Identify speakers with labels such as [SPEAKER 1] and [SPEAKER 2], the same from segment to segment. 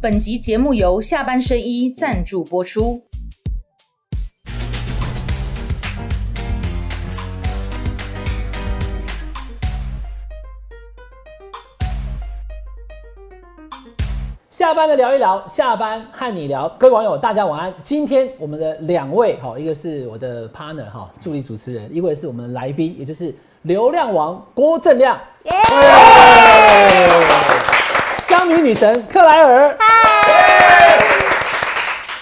[SPEAKER 1] 本集节目由下半身衣赞助播出。
[SPEAKER 2] 下班的聊一聊，下班和你聊，各位网友大家晚安。今天我们的两位哈，一个是我的 partner 哈，助理主持人，一位是我们的来宾，也就是流量王郭正亮，香米女神克莱尔。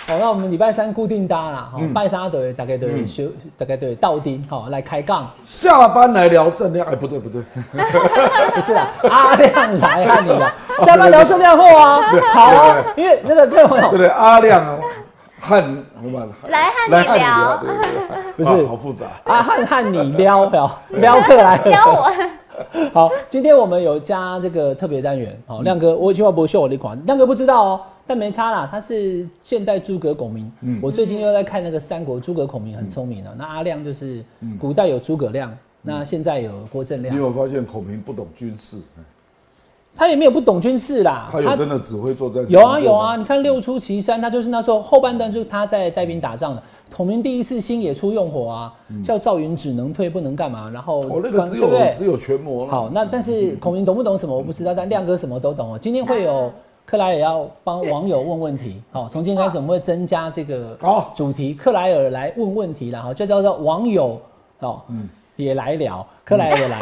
[SPEAKER 2] 好，那我们礼拜三固定搭啦，哈，拜三都大概都学，大概都到丁哈来开杠，
[SPEAKER 3] 下班来聊正量，哎，不对不
[SPEAKER 2] 哦
[SPEAKER 3] 对，
[SPEAKER 2] 不是啦，阿亮来和你聊，下班聊正量货啊，好啊，因为那个各位网
[SPEAKER 3] 对不
[SPEAKER 2] 友
[SPEAKER 3] 对？阿亮哦，和我们
[SPEAKER 4] 来和你
[SPEAKER 3] 和
[SPEAKER 4] 聊
[SPEAKER 3] 啊对对
[SPEAKER 2] 不
[SPEAKER 3] 对，
[SPEAKER 2] 是
[SPEAKER 3] 哇好复杂，
[SPEAKER 2] 阿汉啊和你撩撩撩克莱尔，
[SPEAKER 4] 撩我，
[SPEAKER 2] 好，今天我们有加这个特别单元，好、
[SPEAKER 3] 嗯
[SPEAKER 2] 亮哥，我去话不秀我的款，亮哥不知道哦，但没差啦，他是现代诸葛孔明，
[SPEAKER 3] 嗯
[SPEAKER 2] 我最近又在看那个三国诸葛孔明，很聪明啊的、那阿亮就是
[SPEAKER 3] 嗯
[SPEAKER 2] 古代有诸葛亮，那现在有郭正
[SPEAKER 3] 你
[SPEAKER 2] 亮，
[SPEAKER 3] 有发现孔明不懂军事，
[SPEAKER 2] 嗯他也没有不懂军事啦，
[SPEAKER 3] 他有真的指挥作战？
[SPEAKER 2] 有啊有啊，，你看六出祁山，他就是那时候后半段就是他在带兵打仗的。孔明第一次星野出用火啊，叫赵云只能退不能干嘛，然后
[SPEAKER 3] 我嗯哦那个只
[SPEAKER 2] 对不对
[SPEAKER 3] 有只有权谋了。
[SPEAKER 2] 好，那但是孔明懂不懂什么我不知道，但亮哥什么都懂哦。今天会有克莱尔要帮网友问问题，好，从今天开始我们会增加这个
[SPEAKER 3] 好
[SPEAKER 2] 主题，克莱尔来问问题啦，好，就叫做网友哦，也来聊，克莱尔也来，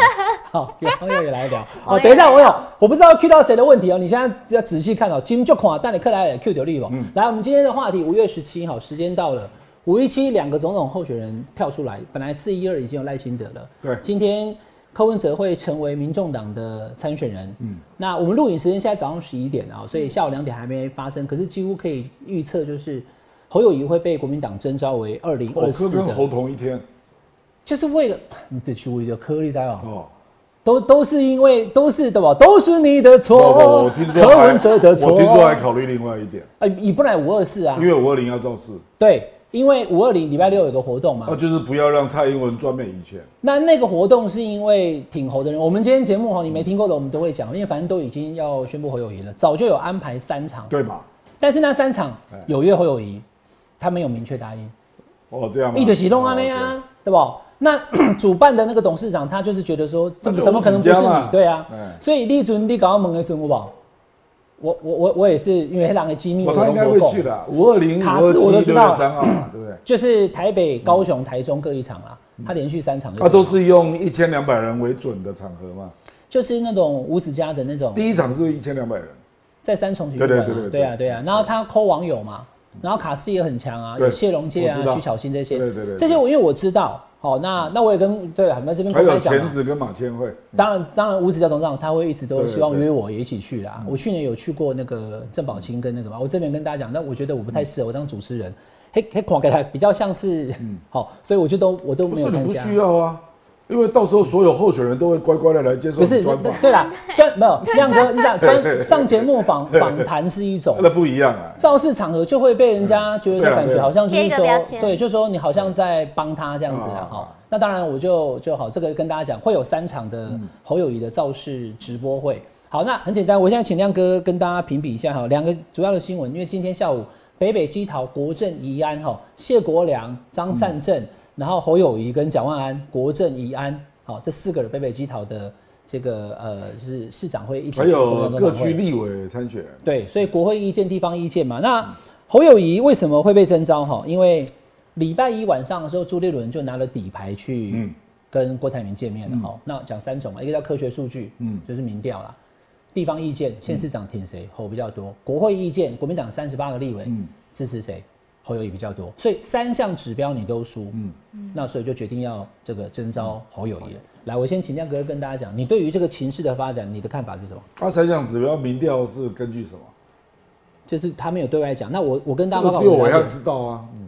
[SPEAKER 2] 好，有网友也来聊，
[SPEAKER 4] 我
[SPEAKER 2] 哦，
[SPEAKER 4] 也
[SPEAKER 2] 等一下网友，我不知道 Q 到谁的问题哦，你现在要仔细看哦，金就垮，但你克莱尔也 Q 掉绿哦。来，我们今天的话题，五月十七号，时间到了。五一七两个总统候选人跳出来，本来四一二已经有赖清德了，
[SPEAKER 3] 对
[SPEAKER 2] 今天柯文哲会成为民众党的参选人。嗯，那我们录影时间现在早上十一点啊、所以下午两点还没发生，可是几乎可以预测就是侯友谊会被国民党征召为二零
[SPEAKER 3] 我
[SPEAKER 2] 二
[SPEAKER 3] 哥
[SPEAKER 2] 四
[SPEAKER 3] 哦跟侯
[SPEAKER 2] 的，
[SPEAKER 3] 同一天
[SPEAKER 2] 就是为了你的区位的颗粒在哦，
[SPEAKER 3] 哦，
[SPEAKER 2] 都都是因为都是对吧？都是你的
[SPEAKER 3] 不不，
[SPEAKER 2] 错，
[SPEAKER 3] 我听说
[SPEAKER 2] 哦柯
[SPEAKER 3] 还
[SPEAKER 2] 文哲的错，
[SPEAKER 3] 我听说还考虑另外一点，
[SPEAKER 2] 呃，你不然五二四啊
[SPEAKER 3] 因，为五二零要造势，
[SPEAKER 2] 对，因为五二零礼拜六有个活动嘛，
[SPEAKER 3] 那就是不要让蔡英文专美以前。
[SPEAKER 2] 那那个活动是因为挺侯的人，我们今天节目哈，你没听过的我们都会讲，因为反正都已经要宣布侯友谊了，早就有安排三场，
[SPEAKER 3] 对吧？
[SPEAKER 2] 但是那三场
[SPEAKER 3] 哎
[SPEAKER 2] 有约侯友谊，他没有明确答应，
[SPEAKER 3] 哦，这样吗。
[SPEAKER 2] 一就是弄啊那样
[SPEAKER 3] 哦，
[SPEAKER 2] 啊，对不？那 主办的那个董事长他就是觉得说，怎
[SPEAKER 3] 那
[SPEAKER 2] 么
[SPEAKER 3] 就
[SPEAKER 2] 怎么可能不是
[SPEAKER 3] 我只
[SPEAKER 2] 你
[SPEAKER 3] 加嘛？
[SPEAKER 2] 对啊
[SPEAKER 3] 哎，
[SPEAKER 2] 所以立准立搞到蒙的孙五宝，我我我我也是因为黑狼的机密，
[SPEAKER 3] 哦
[SPEAKER 2] 我
[SPEAKER 3] 他应该会去的，五二零、五
[SPEAKER 2] 卡
[SPEAKER 3] 二
[SPEAKER 2] 斯我都
[SPEAKER 3] 七、
[SPEAKER 2] 知
[SPEAKER 3] 六
[SPEAKER 2] 道
[SPEAKER 3] 月三号嘛，对不对？
[SPEAKER 2] 就是台北、高雄、台中各一场啊，他连续三场就
[SPEAKER 3] 啊，都是用一千两百人为准的场合嘛。
[SPEAKER 2] 哦就是那种五指家的那种。
[SPEAKER 3] 第一场是一千两百人，
[SPEAKER 2] 在三重体育馆、
[SPEAKER 3] 对
[SPEAKER 2] 啊
[SPEAKER 3] 对对，对嗯
[SPEAKER 2] 对啊对啊，然后他抠网友嘛，然后卡斯也很强啊，
[SPEAKER 3] 对
[SPEAKER 2] 有谢龙介啊
[SPEAKER 3] 我知、道
[SPEAKER 2] 徐小新这些，
[SPEAKER 3] 对对对对
[SPEAKER 2] 这些我因为我知道，好、那那我也跟对，我们这边
[SPEAKER 3] 还
[SPEAKER 2] 公
[SPEAKER 3] 有
[SPEAKER 2] 开讲啊
[SPEAKER 3] 钳
[SPEAKER 2] 嘛，
[SPEAKER 3] 子跟马千惠，
[SPEAKER 2] 当然当然，吴子教董事长他会一直都
[SPEAKER 3] 对
[SPEAKER 2] 希望
[SPEAKER 3] 对
[SPEAKER 2] 约我也一起去啦。我去年有去过那个郑宝清跟那个嘛，我这边跟大家讲，但我觉得我不太适合我当主持
[SPEAKER 3] 嗯
[SPEAKER 2] 人，黑黑狂给他比较像是，好、所以我就都我都
[SPEAKER 3] 不
[SPEAKER 2] 没有
[SPEAKER 3] 是你
[SPEAKER 2] 参
[SPEAKER 3] 嗯不
[SPEAKER 2] 加。
[SPEAKER 3] 需要啊，因为到时候所有候选人都会乖乖的来接受
[SPEAKER 2] 不是，那
[SPEAKER 3] 你专
[SPEAKER 2] 那
[SPEAKER 3] 访，
[SPEAKER 2] 对啦，专没有亮哥是这样，专上节目访访谈是一种，
[SPEAKER 3] 那不一样啊。
[SPEAKER 2] 造势场合就会被人家觉得
[SPEAKER 3] 对
[SPEAKER 2] 说
[SPEAKER 3] 啊
[SPEAKER 2] 感觉
[SPEAKER 3] 对啊
[SPEAKER 2] 好像就是
[SPEAKER 4] 贴一个标
[SPEAKER 2] 说，
[SPEAKER 4] 签
[SPEAKER 2] 对，就说你好像在帮他这样子啦
[SPEAKER 3] 啊
[SPEAKER 2] 哈。那当然我就就好，这个跟大家讲，会有三场的侯友谊的造势直播会。好，那很简单，我现在请亮哥跟大家评比一下哈，两个主要的新闻，因为今天下午北北基桃国政宜安哈，谢国良、张善政，
[SPEAKER 3] 嗯
[SPEAKER 2] 然后侯友谊跟蒋万安国政宜安，好，这四个人北北基桃的这个呃就是市长会一起
[SPEAKER 3] 还
[SPEAKER 2] 去国
[SPEAKER 3] 有
[SPEAKER 2] 民党
[SPEAKER 3] 各
[SPEAKER 2] 总统会
[SPEAKER 3] 区立委参选人，
[SPEAKER 2] 对，所以国会意见、地方意见嘛。那侯友谊为什么会被征召？哈，因为礼拜一晚上的时候，朱立伦就拿了底牌去
[SPEAKER 3] 嗯
[SPEAKER 2] 跟郭台铭见面了。哈、那讲三种嘛，一个叫科学数据，嗯
[SPEAKER 3] 嗯，
[SPEAKER 2] 就是民调啦；地方意见，县市长挺谁，侯比较多；国会意见，国民党三十八个立委、
[SPEAKER 3] 嗯
[SPEAKER 2] 支持谁，侯友谊比较多。所以三项指标你都输，嗯
[SPEAKER 3] 嗯，
[SPEAKER 2] 那所以就决定要这个征召侯友谊了。来，我先请亮哥跟大家讲，你对于这个情势的发展，你的看法是什么？
[SPEAKER 3] 他啊三项指标民调是根据什么？
[SPEAKER 2] 就是他没有对外讲。那我我跟大
[SPEAKER 3] 这
[SPEAKER 2] 家
[SPEAKER 3] 个
[SPEAKER 2] 报告
[SPEAKER 3] 只有我
[SPEAKER 2] 的
[SPEAKER 3] 要
[SPEAKER 2] 了解，
[SPEAKER 3] 知道啊。嗯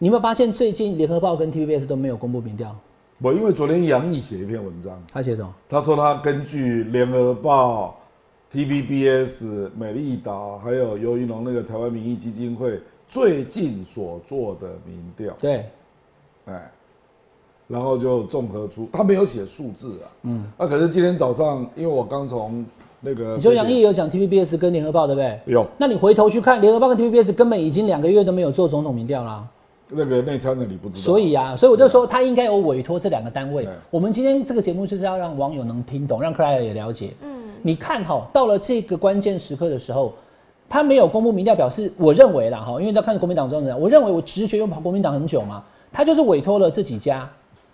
[SPEAKER 2] 你有没有发现最近联合报跟 TVBS 都没有公布民调？
[SPEAKER 3] 我因为昨天杨毅写一篇文章，
[SPEAKER 2] 他写什么？
[SPEAKER 3] 他说他根据联合报、TVBS、美丽岛，还有尤一农那个台湾民意基金会最近所做的民调，
[SPEAKER 2] 对，
[SPEAKER 3] 哎，然啊后就综合出，他没有写数字啊，嗯，那、可是今天早上，因为我刚从那个
[SPEAKER 2] 你说杨毅有讲 TVBS 跟联合报对不对？
[SPEAKER 3] 有
[SPEAKER 2] 那你回头去看，联合报跟 TVBS 根本已经两个月都没有做总统民调啦、
[SPEAKER 3] 那个内参的你不知道，
[SPEAKER 2] 所以啊，所以我就说他应该有委托这两个单位
[SPEAKER 3] 对。
[SPEAKER 2] 我们今天这个节目就是要让网友能听懂，让克莱尔也了解。嗯，你看哈，到了这个关键时刻的时候，他没有公布民调，表示我认为啦哈，因为要看国民党中人，我认为我直觉用跑国民党很久嘛，他就是委托了这几家，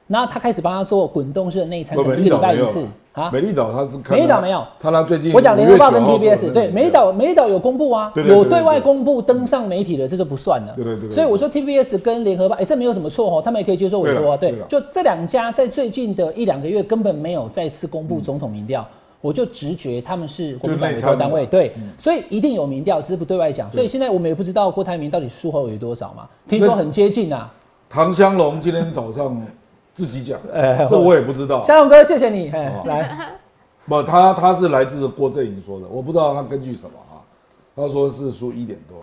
[SPEAKER 2] 然后他开始帮他做滚动式的内参，
[SPEAKER 3] 不
[SPEAKER 2] 可能
[SPEAKER 3] 美
[SPEAKER 2] 一
[SPEAKER 3] 丽
[SPEAKER 2] 个礼
[SPEAKER 3] 岛
[SPEAKER 2] 拜
[SPEAKER 3] 没
[SPEAKER 2] 一
[SPEAKER 3] 有
[SPEAKER 2] 次啊。
[SPEAKER 3] 美丽岛他是看
[SPEAKER 2] 美丽岛
[SPEAKER 3] 他
[SPEAKER 2] 没有
[SPEAKER 3] 他他最近
[SPEAKER 2] 我讲联合报跟
[SPEAKER 3] 5月9号
[SPEAKER 2] TBS，
[SPEAKER 3] 做的
[SPEAKER 2] 对，美丽岛美丽岛有公布啊，
[SPEAKER 3] 对对对
[SPEAKER 2] 有
[SPEAKER 3] 对
[SPEAKER 2] 对外
[SPEAKER 3] 对
[SPEAKER 2] 公布登上媒体的，这就不算了。
[SPEAKER 3] 对对对对
[SPEAKER 2] 所以我说 TBS 跟联合报，哎，这没有什么错哦，他们也可以接受委托啊。
[SPEAKER 3] 对
[SPEAKER 2] 对
[SPEAKER 3] 了对了，
[SPEAKER 2] 就这两家在最近的一两个月根本没有再次公布总统民调。我就直觉他们是国民党委托单位，
[SPEAKER 3] 嗯就
[SPEAKER 2] 对，所以一定有民调，只是不对外讲。所以现在我们也不知道郭台铭到底输后有多少嘛，听说很接近啊。
[SPEAKER 3] 唐湘龙今天早上自己讲
[SPEAKER 2] 哎，
[SPEAKER 3] 呃这我也不知道。
[SPEAKER 2] 香龙哥，谢谢你，哎
[SPEAKER 3] 哦，
[SPEAKER 2] 来，
[SPEAKER 3] 不，他他是来自郭正莹说的，我不知道他根据什么啊。他说是输一点多，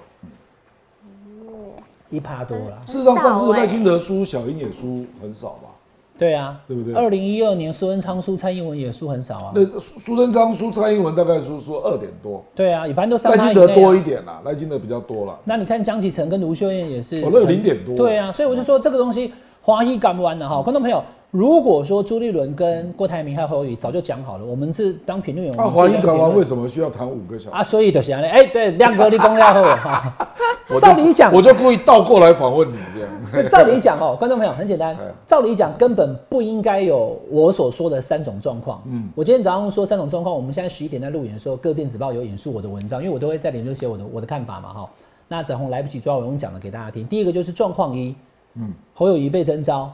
[SPEAKER 2] 一趴多了，
[SPEAKER 3] 事实上上次
[SPEAKER 4] 很少欸
[SPEAKER 3] 赖清德输，小英也输很少吧？
[SPEAKER 2] 对啊，
[SPEAKER 3] 对不对
[SPEAKER 2] 二零一二年苏文昌输，蔡英文也输很少啊。
[SPEAKER 3] 那苏苏贞昌输蔡英文大概输输二点多，
[SPEAKER 2] 对啊，反正都三
[SPEAKER 3] 赖
[SPEAKER 2] 趴
[SPEAKER 3] 清
[SPEAKER 2] 以
[SPEAKER 3] 德
[SPEAKER 2] 内啊
[SPEAKER 3] 多一点啦，赖清德比较多啦。
[SPEAKER 2] 那你看江启臣跟卢秀燕也是，
[SPEAKER 3] 哦那有0.多
[SPEAKER 2] 很对啊，所以我就说这个东西华裔敢玩了
[SPEAKER 3] 嗯
[SPEAKER 2] 哈，观众朋友。如果说朱立伦跟郭台铭还有侯友宜早就讲好了，我们是当评论员，
[SPEAKER 3] 那
[SPEAKER 2] 我们
[SPEAKER 3] 啊华
[SPEAKER 2] 是
[SPEAKER 3] 裔
[SPEAKER 2] 当
[SPEAKER 3] 港湾
[SPEAKER 2] 评论
[SPEAKER 3] 为什么需要谈五个小时？
[SPEAKER 2] 啊？所以就是这样哎、对，亮哥你公要后哈。
[SPEAKER 3] 我就
[SPEAKER 2] 照理讲啊
[SPEAKER 3] 我就故意倒过来访问你这 样。
[SPEAKER 2] 照理讲哦，观众朋友很简单
[SPEAKER 3] 哎，
[SPEAKER 2] 照理讲根本不应该有我所说的三种状况。嗯
[SPEAKER 3] 嗯，
[SPEAKER 2] 我今天早上说三种状况，我们现在十一点在录影的时候，各电子报有引述我的文章，因为我都会在脸书写我的我的看法嘛哈。那展宏来不及抓，我用讲的给大家听。第一个就是状况一，嗯
[SPEAKER 3] 嗯，
[SPEAKER 2] 侯友谊被征召，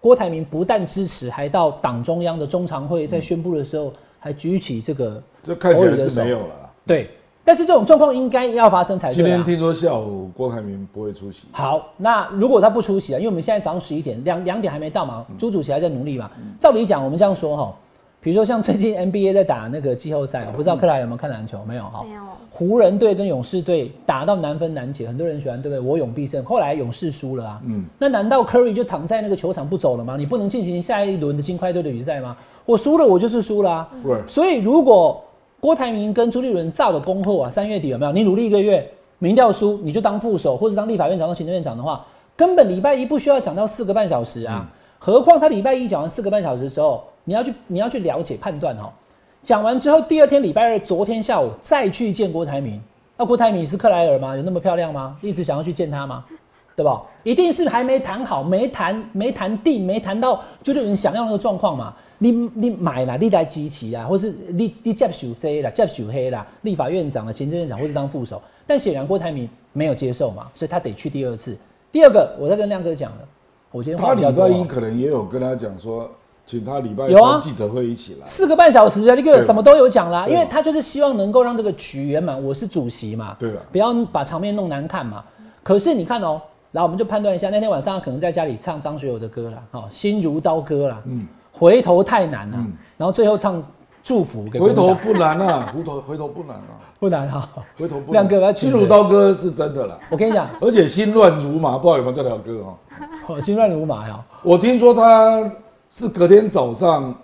[SPEAKER 2] 郭台铭不但支持，还到党中央的中常会在宣布的时候，还举起这个
[SPEAKER 3] 嗯这看起
[SPEAKER 2] 侯友
[SPEAKER 3] 来
[SPEAKER 2] 宜的
[SPEAKER 3] 是
[SPEAKER 2] 手
[SPEAKER 3] 没有了。
[SPEAKER 2] 对。但是这种状况应该要发生才
[SPEAKER 3] 今
[SPEAKER 2] 对
[SPEAKER 3] 天
[SPEAKER 2] 啊。
[SPEAKER 3] 听说下午郭台铭不会出席，
[SPEAKER 2] 好，那如果他不出席啊，因为我们现在早上十一点，两两点还没到嘛，朱主席还在努力嘛。照理讲，我们这样说哈，比如说像最近 NBA 在打那个季后赛，我不知道克莱有没有看篮球，没有哈
[SPEAKER 4] 没。有，
[SPEAKER 2] 湖人队跟勇士队打到难分难解，很多人喜欢对不对？我勇必胜，后来勇士输了啊。
[SPEAKER 3] 嗯
[SPEAKER 2] 那难道 Curry 就躺在那个球场不走了吗？你不能进行下一轮的金块队的比赛吗？我输了，我就是输了啊。
[SPEAKER 3] 对，
[SPEAKER 2] 所以如果郭台铭跟朱立伦造的功后啊，三月底有没有？你努力一个月，民调输你就当副手或者当立法院长、当行政院长的话，根本礼拜一不需要讲到四个半小时啊。何况他礼拜一讲完四个半小时之后，你要去你要去了解判断哦。讲完之后，第二天礼拜二，昨天下午再去见郭台铭。那郭台铭是克莱尔吗？有那么漂亮吗？一直想要去见他吗？对吧？一定是还没谈好，没谈没谈定，没谈到朱立伦想要那个状况嘛。你你买啦，你来集齐啊，或是你你接手 C 啦，接手黑啦，立法院长啊、行政院长，或是当副手。但显然郭台铭没有接受嘛，所以他得去第二次。第二个，我在跟亮哥讲了，我今天
[SPEAKER 3] 他
[SPEAKER 2] 话比较
[SPEAKER 3] 礼
[SPEAKER 2] 多
[SPEAKER 3] 拜
[SPEAKER 2] 哦、
[SPEAKER 3] 一可能也有跟他讲说，请他礼拜
[SPEAKER 2] 有啊
[SPEAKER 3] 三记者会一起来。
[SPEAKER 2] 四个半小时啊，那个
[SPEAKER 3] 对
[SPEAKER 2] 什么都有讲啦，
[SPEAKER 3] 对
[SPEAKER 2] 因
[SPEAKER 3] 嘛
[SPEAKER 2] 为他就是希望能够让这个局圆满。我是主席嘛，
[SPEAKER 3] 对啊啦
[SPEAKER 2] 不要把场面弄难看嘛。可是你看哦，然后我们就判断一下，那天晚上他可能在家里唱张学友的歌啦，哦，心如刀割啦，嗯，回头太难了，啊然后最后唱祝福给
[SPEAKER 3] 嗯回
[SPEAKER 2] 国民
[SPEAKER 3] 头
[SPEAKER 2] 党
[SPEAKER 3] 不难啊，回头回头不难啊，
[SPEAKER 2] 不难哈、
[SPEAKER 3] 回头不难。
[SPEAKER 2] 亮哥要
[SPEAKER 3] 心如，刀割是真的啦，
[SPEAKER 2] 我跟你讲，
[SPEAKER 3] 而且心乱如麻，不知道有没有这条歌哈、
[SPEAKER 2] 哦心乱如麻 呀、
[SPEAKER 3] 我听说他是隔天早上，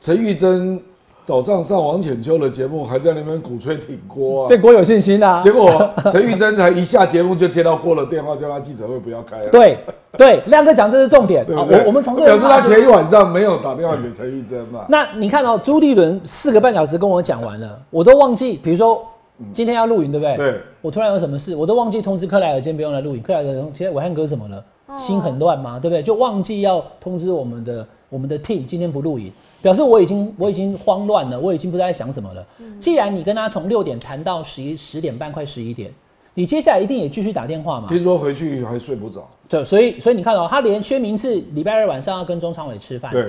[SPEAKER 3] 陈玉珍早上上王浅秋的节目，还在那边鼓吹挺郭啊
[SPEAKER 2] 对。国有信心啊，
[SPEAKER 3] 结果陈玉珍才一下节目就接到郭的电话，叫他记者会不要开了。
[SPEAKER 2] 对对，亮哥讲这是重点
[SPEAKER 3] 对
[SPEAKER 2] 啊，
[SPEAKER 3] 不对？
[SPEAKER 2] 我我们从这个
[SPEAKER 3] 表示他前一晚上没有打电话给陈玉珍嘛。
[SPEAKER 2] 那你看哦，朱立伦四个半小时跟我讲完了，我都忘记，比如说今天要录影，对不对？
[SPEAKER 3] 对。
[SPEAKER 2] 我突然有什么事，我都忘记通知克莱尔，今天不用来录影。克莱尔说，现在伟汉哥怎么了？心很乱吗？对不对？就忘记要通知我们的我们的 team 今天不录影，表示我已经我已经慌乱了，我已经不知道在想什么了。既然你跟他从六点谈到十一十点半，快十一点，你接下来一定也继续打电话嘛？
[SPEAKER 3] 听说回去还睡不着。
[SPEAKER 2] 对，所以所以你看哦，他连薛明志礼拜二晚上要跟中常委吃饭，
[SPEAKER 3] 对，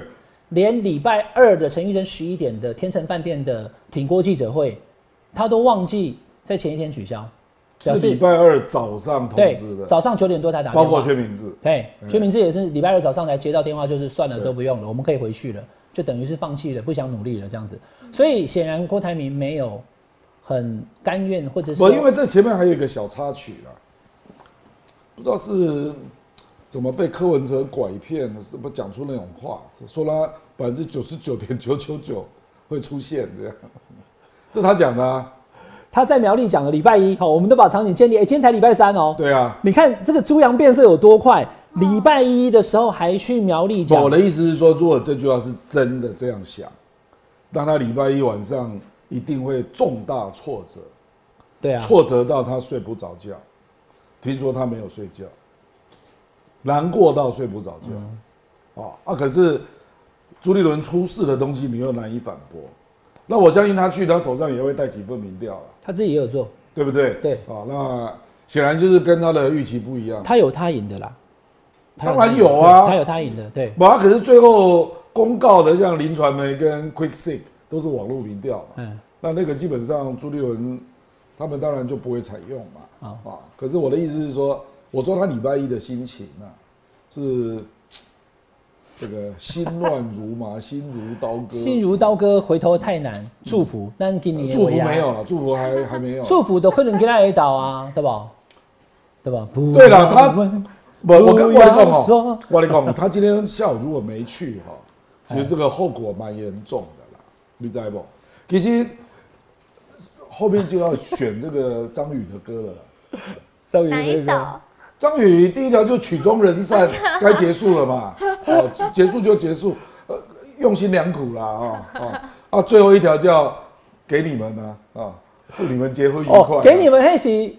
[SPEAKER 2] 连礼拜二的陈玉珍十一点的天成饭店的挺郭记者会，他都忘记在前一天取消，表
[SPEAKER 3] 是
[SPEAKER 2] 示
[SPEAKER 3] 礼拜二早上通
[SPEAKER 2] 对
[SPEAKER 3] 知的，
[SPEAKER 2] 早上九点多才打电
[SPEAKER 3] 包
[SPEAKER 2] 话，
[SPEAKER 3] 括薛明志。
[SPEAKER 2] 对，
[SPEAKER 3] 嗯
[SPEAKER 2] 薛明志也是礼拜二早上才接到电话，就是算了
[SPEAKER 3] 对
[SPEAKER 2] 都不用了，我们可以回去了，就等于是放弃了，不想努力了这样子。所以显然郭台铭没有很甘愿，或者是
[SPEAKER 3] 不，因为这前面还有一个小插曲啦，不知道是怎么被柯文哲拐骗，是不讲出那种话，说他百分之九十九点九九九会出现这样，这他讲的啊，
[SPEAKER 2] 他在苗栗讲了礼拜一，好，我们都把场景建立。哎、今天才礼拜三哦、
[SPEAKER 3] 对啊。
[SPEAKER 2] 你看这个猪羊变色有多快？礼拜一的时候还去苗栗
[SPEAKER 3] 不我
[SPEAKER 2] 讲
[SPEAKER 3] 的，意思是说，如果这句话是真的这样想，那他礼拜一晚上一定会重大挫折，
[SPEAKER 2] 对啊，
[SPEAKER 3] 挫折到他睡不着觉。听说他没有睡觉，难过到睡不着觉。
[SPEAKER 2] 嗯
[SPEAKER 3] 哦啊，可是朱立伦出示的东西，你又难以反驳。那我相信他去，他手上也会带几份民调了，
[SPEAKER 2] 他自己也有做，
[SPEAKER 3] 对不对？
[SPEAKER 2] 对
[SPEAKER 3] 啊、那显然就是跟他的预期不一样。
[SPEAKER 2] 他有他赢的啦，他
[SPEAKER 3] 当然
[SPEAKER 2] 他赢的
[SPEAKER 3] 有啊
[SPEAKER 2] 对他有他赢的，对，
[SPEAKER 3] 哇，啊可是最后公告的，像林传媒跟 Quick Sick 都是网络民调嘛，
[SPEAKER 2] 嗯，
[SPEAKER 3] 那那个基本上朱立伦他们当然就不会采用嘛。啊、可是我的意思是说，我说他礼拜一的心情啊，是这个心乱如麻，心如刀割。
[SPEAKER 2] 心如刀割，回头太难，祝福，但今年
[SPEAKER 3] 嗯祝福没有，了，祝福还还没有。
[SPEAKER 2] 祝福都可能给他也倒啊， 对吧？对吧？不
[SPEAKER 3] 对了他
[SPEAKER 2] 要问
[SPEAKER 3] 不，我跟我跟你讲
[SPEAKER 2] 不要
[SPEAKER 3] 哦
[SPEAKER 2] 啊说，
[SPEAKER 3] 我跟你讲，他今天下午如果没去哈，其实这个后果蛮严重的啦，你知道不？其实后面就要选这个张宇的歌了啦。
[SPEAKER 2] 稍微
[SPEAKER 4] 哪一首？
[SPEAKER 3] 张宇第一条就曲终人散，该结束了嘛，哦，结束就结束，呃，用心良苦啦，哦哦，啊，最后一条叫给你们啊，啊、祝你们结婚愉快、啊
[SPEAKER 2] 哦，给你们那是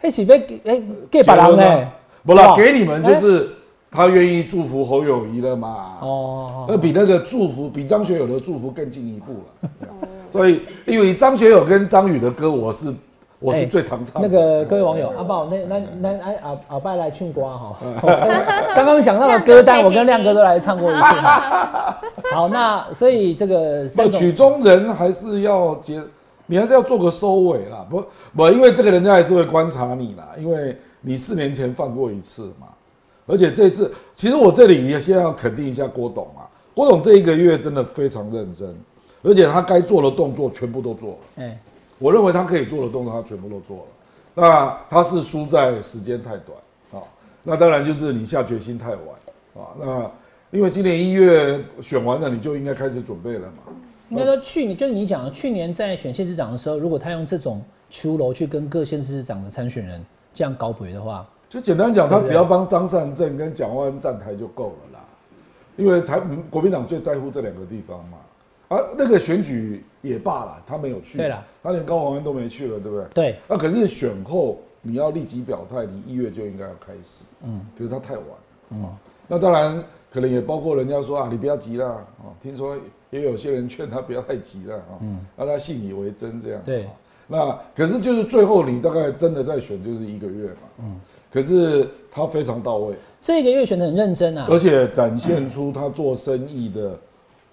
[SPEAKER 2] 那是被哎给别人
[SPEAKER 3] 啊
[SPEAKER 2] 呢，
[SPEAKER 3] 不
[SPEAKER 2] 是
[SPEAKER 3] 啦，
[SPEAKER 2] 吧
[SPEAKER 3] 给你们就是他愿意祝福侯友谊了嘛，
[SPEAKER 2] 哎哦哦，
[SPEAKER 3] 那比那个祝福，比张学友的祝福更进一步了。对
[SPEAKER 2] 哦
[SPEAKER 3] 啊所以，因为张学友跟张宇的歌，我是我是
[SPEAKER 2] 哎
[SPEAKER 3] 最常唱的。
[SPEAKER 2] 那个各位网友，阿宝，那那那哎阿阿拜来劝瓜 哈，刚刚讲到的歌单，我跟亮哥都来唱过一次嘛。 好，那所以这个
[SPEAKER 3] 那
[SPEAKER 2] 三
[SPEAKER 3] 曲
[SPEAKER 2] 种
[SPEAKER 3] 中人还是要结，你还是要做个收尾啦。不不，因为这个人家还是会观察你啦，因为你四年前犯过一次嘛，而且这次其实我这里也先要肯定一下郭董啊，郭董这一个月真的非常认真，而且他该做的动作全部都做了。
[SPEAKER 2] 哎
[SPEAKER 3] 我认为他可以做的动作，他全部都做了。那他是输在时间太短啊、那当然就是你下决心太晚啊、那因为今年一月选完了，你就应该开始准备了嘛。
[SPEAKER 2] 应该说去年就是你讲的，去年在选县市长的时候，如果他用这种秋楼去跟各县市长的参选人这样搞鬼的话，
[SPEAKER 3] 就简单讲，他只要帮张善政跟蒋万安站台就够了啦，因为台嗯国民党最在乎这两个地方嘛。啊，那个选举也罢了，他没有去，
[SPEAKER 2] 对啦，
[SPEAKER 3] 他连高鸿安都没去了，对不对？
[SPEAKER 2] 对，
[SPEAKER 3] 那、可是选后你要立即表态，你一月就应该要开始。嗯，可是他太晚了。嗯，那当然可能也包括人家说啊，你不要急啦。哦，听说也有些人劝他不要太急啦。哦，让他信以为真这样。
[SPEAKER 2] 对
[SPEAKER 3] 哦那可是就是最后你大概真的在选就是一个月嘛。嗯，可是他非常到位，
[SPEAKER 2] 这个月选的很认真啊
[SPEAKER 3] 而，且展现出他做生意的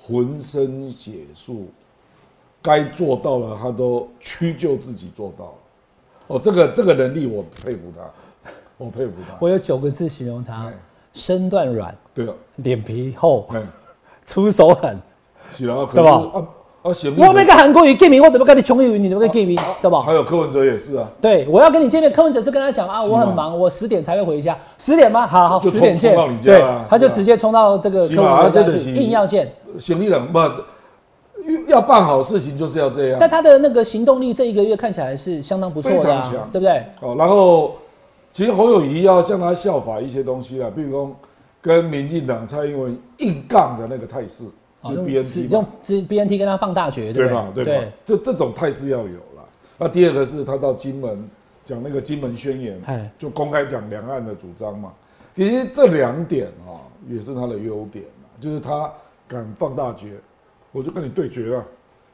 [SPEAKER 3] 浑身解数，该做到了他都屈就自己做到了。哦，这个这个能力我佩服他， 我佩服他。
[SPEAKER 2] 我有九个字形容他
[SPEAKER 3] 哎：
[SPEAKER 2] 身段软，
[SPEAKER 3] 对啊了，
[SPEAKER 2] 脸皮厚，
[SPEAKER 3] 哎，
[SPEAKER 2] 出手狠。
[SPEAKER 3] 是啊，可是
[SPEAKER 2] 对吧
[SPEAKER 3] 啊啊，行，
[SPEAKER 2] 我没跟韩国瑜见面，我怎么跟你穷游，你怎么跟 g a 对吧？
[SPEAKER 3] 还有柯文哲也是啊，
[SPEAKER 2] 对，我要跟你见面，柯文哲是跟他讲啊，
[SPEAKER 3] 是
[SPEAKER 2] 我
[SPEAKER 3] 吗
[SPEAKER 2] 很忙，我十点才会回家，十点吗？好好，
[SPEAKER 3] 就就
[SPEAKER 2] 十点
[SPEAKER 3] 冲
[SPEAKER 2] 见
[SPEAKER 3] 冲到你。家
[SPEAKER 2] 对
[SPEAKER 3] 啊，
[SPEAKER 2] 他就是
[SPEAKER 3] 啊
[SPEAKER 2] 直接冲到这个
[SPEAKER 3] 是
[SPEAKER 2] 柯
[SPEAKER 3] 吗啊
[SPEAKER 2] 文哲
[SPEAKER 3] 真
[SPEAKER 2] 家
[SPEAKER 3] 的
[SPEAKER 2] 去，
[SPEAKER 3] 是嗯
[SPEAKER 2] 硬要见。
[SPEAKER 3] 行李冷不，要办好事情就是要这样啊
[SPEAKER 2] 但。他的那个行动力，这一个月看起来是相当不错的
[SPEAKER 3] 非常
[SPEAKER 2] 啊
[SPEAKER 3] 强，
[SPEAKER 2] 对不对？
[SPEAKER 3] 哦，然后其实侯友谊要向他效法一些东西啦，啊比如说跟民进党蔡英文硬杠的那个态势，
[SPEAKER 2] 好
[SPEAKER 3] 就是
[SPEAKER 2] 哦用只
[SPEAKER 3] BNT
[SPEAKER 2] 用
[SPEAKER 3] 嘛，
[SPEAKER 2] 只 BNT 跟他放大决，
[SPEAKER 3] 对
[SPEAKER 2] 不
[SPEAKER 3] 吧？
[SPEAKER 2] 对？
[SPEAKER 3] 对吧？这这种态势要有啦。那第二个是他到金门讲那个金门宣言
[SPEAKER 2] 哎，
[SPEAKER 3] 就公开讲两岸的主张嘛。其实这两点啊、也是他的优点啦，就是他敢放大决，我就跟你对决啊，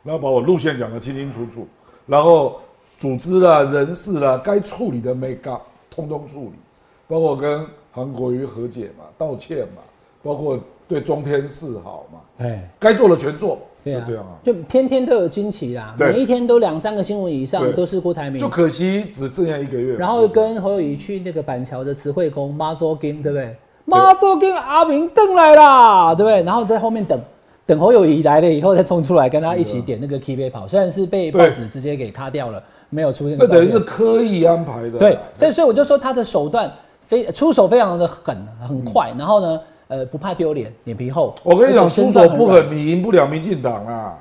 [SPEAKER 3] 然后把我路线讲得清清楚楚，然后组织啦、人事啦，该处理的没搞，通通处理，包括跟韩国瑜和解嘛、道歉嘛，包括对中天示好嘛，
[SPEAKER 2] 哎，
[SPEAKER 3] 该做的全做，
[SPEAKER 2] 对
[SPEAKER 3] 就
[SPEAKER 2] 啊
[SPEAKER 3] 这样啊，。
[SPEAKER 2] 就天天都有惊奇啦，
[SPEAKER 3] 对
[SPEAKER 2] 每一天都两三个新闻以上
[SPEAKER 3] 对
[SPEAKER 2] 都是郭台铭
[SPEAKER 3] 就。可惜只剩下一个月，
[SPEAKER 2] 然后跟侯友谊去那个板桥的慈惠宫妈祖金，对不
[SPEAKER 3] 嗯
[SPEAKER 2] 对？妈祖金阿明邓来啦，对不对？然后在后面等，等侯友谊来了以后再冲出来跟他一起点那个 K 杯跑，虽然是被
[SPEAKER 3] 对
[SPEAKER 2] 报纸直接给卡掉了，没有出现
[SPEAKER 3] 那
[SPEAKER 2] 照片。
[SPEAKER 3] 等于是刻意安排的啦，
[SPEAKER 2] 对，所以所以我就说他的手段非出手非常的狠，很快，然后呢，呃，不怕丢脸，脸皮厚。
[SPEAKER 3] 嗯我跟你
[SPEAKER 2] 而
[SPEAKER 3] 讲，
[SPEAKER 2] 且身
[SPEAKER 3] 出
[SPEAKER 2] 段
[SPEAKER 3] 手不
[SPEAKER 2] 软
[SPEAKER 3] 狠，你赢不了民进党啊！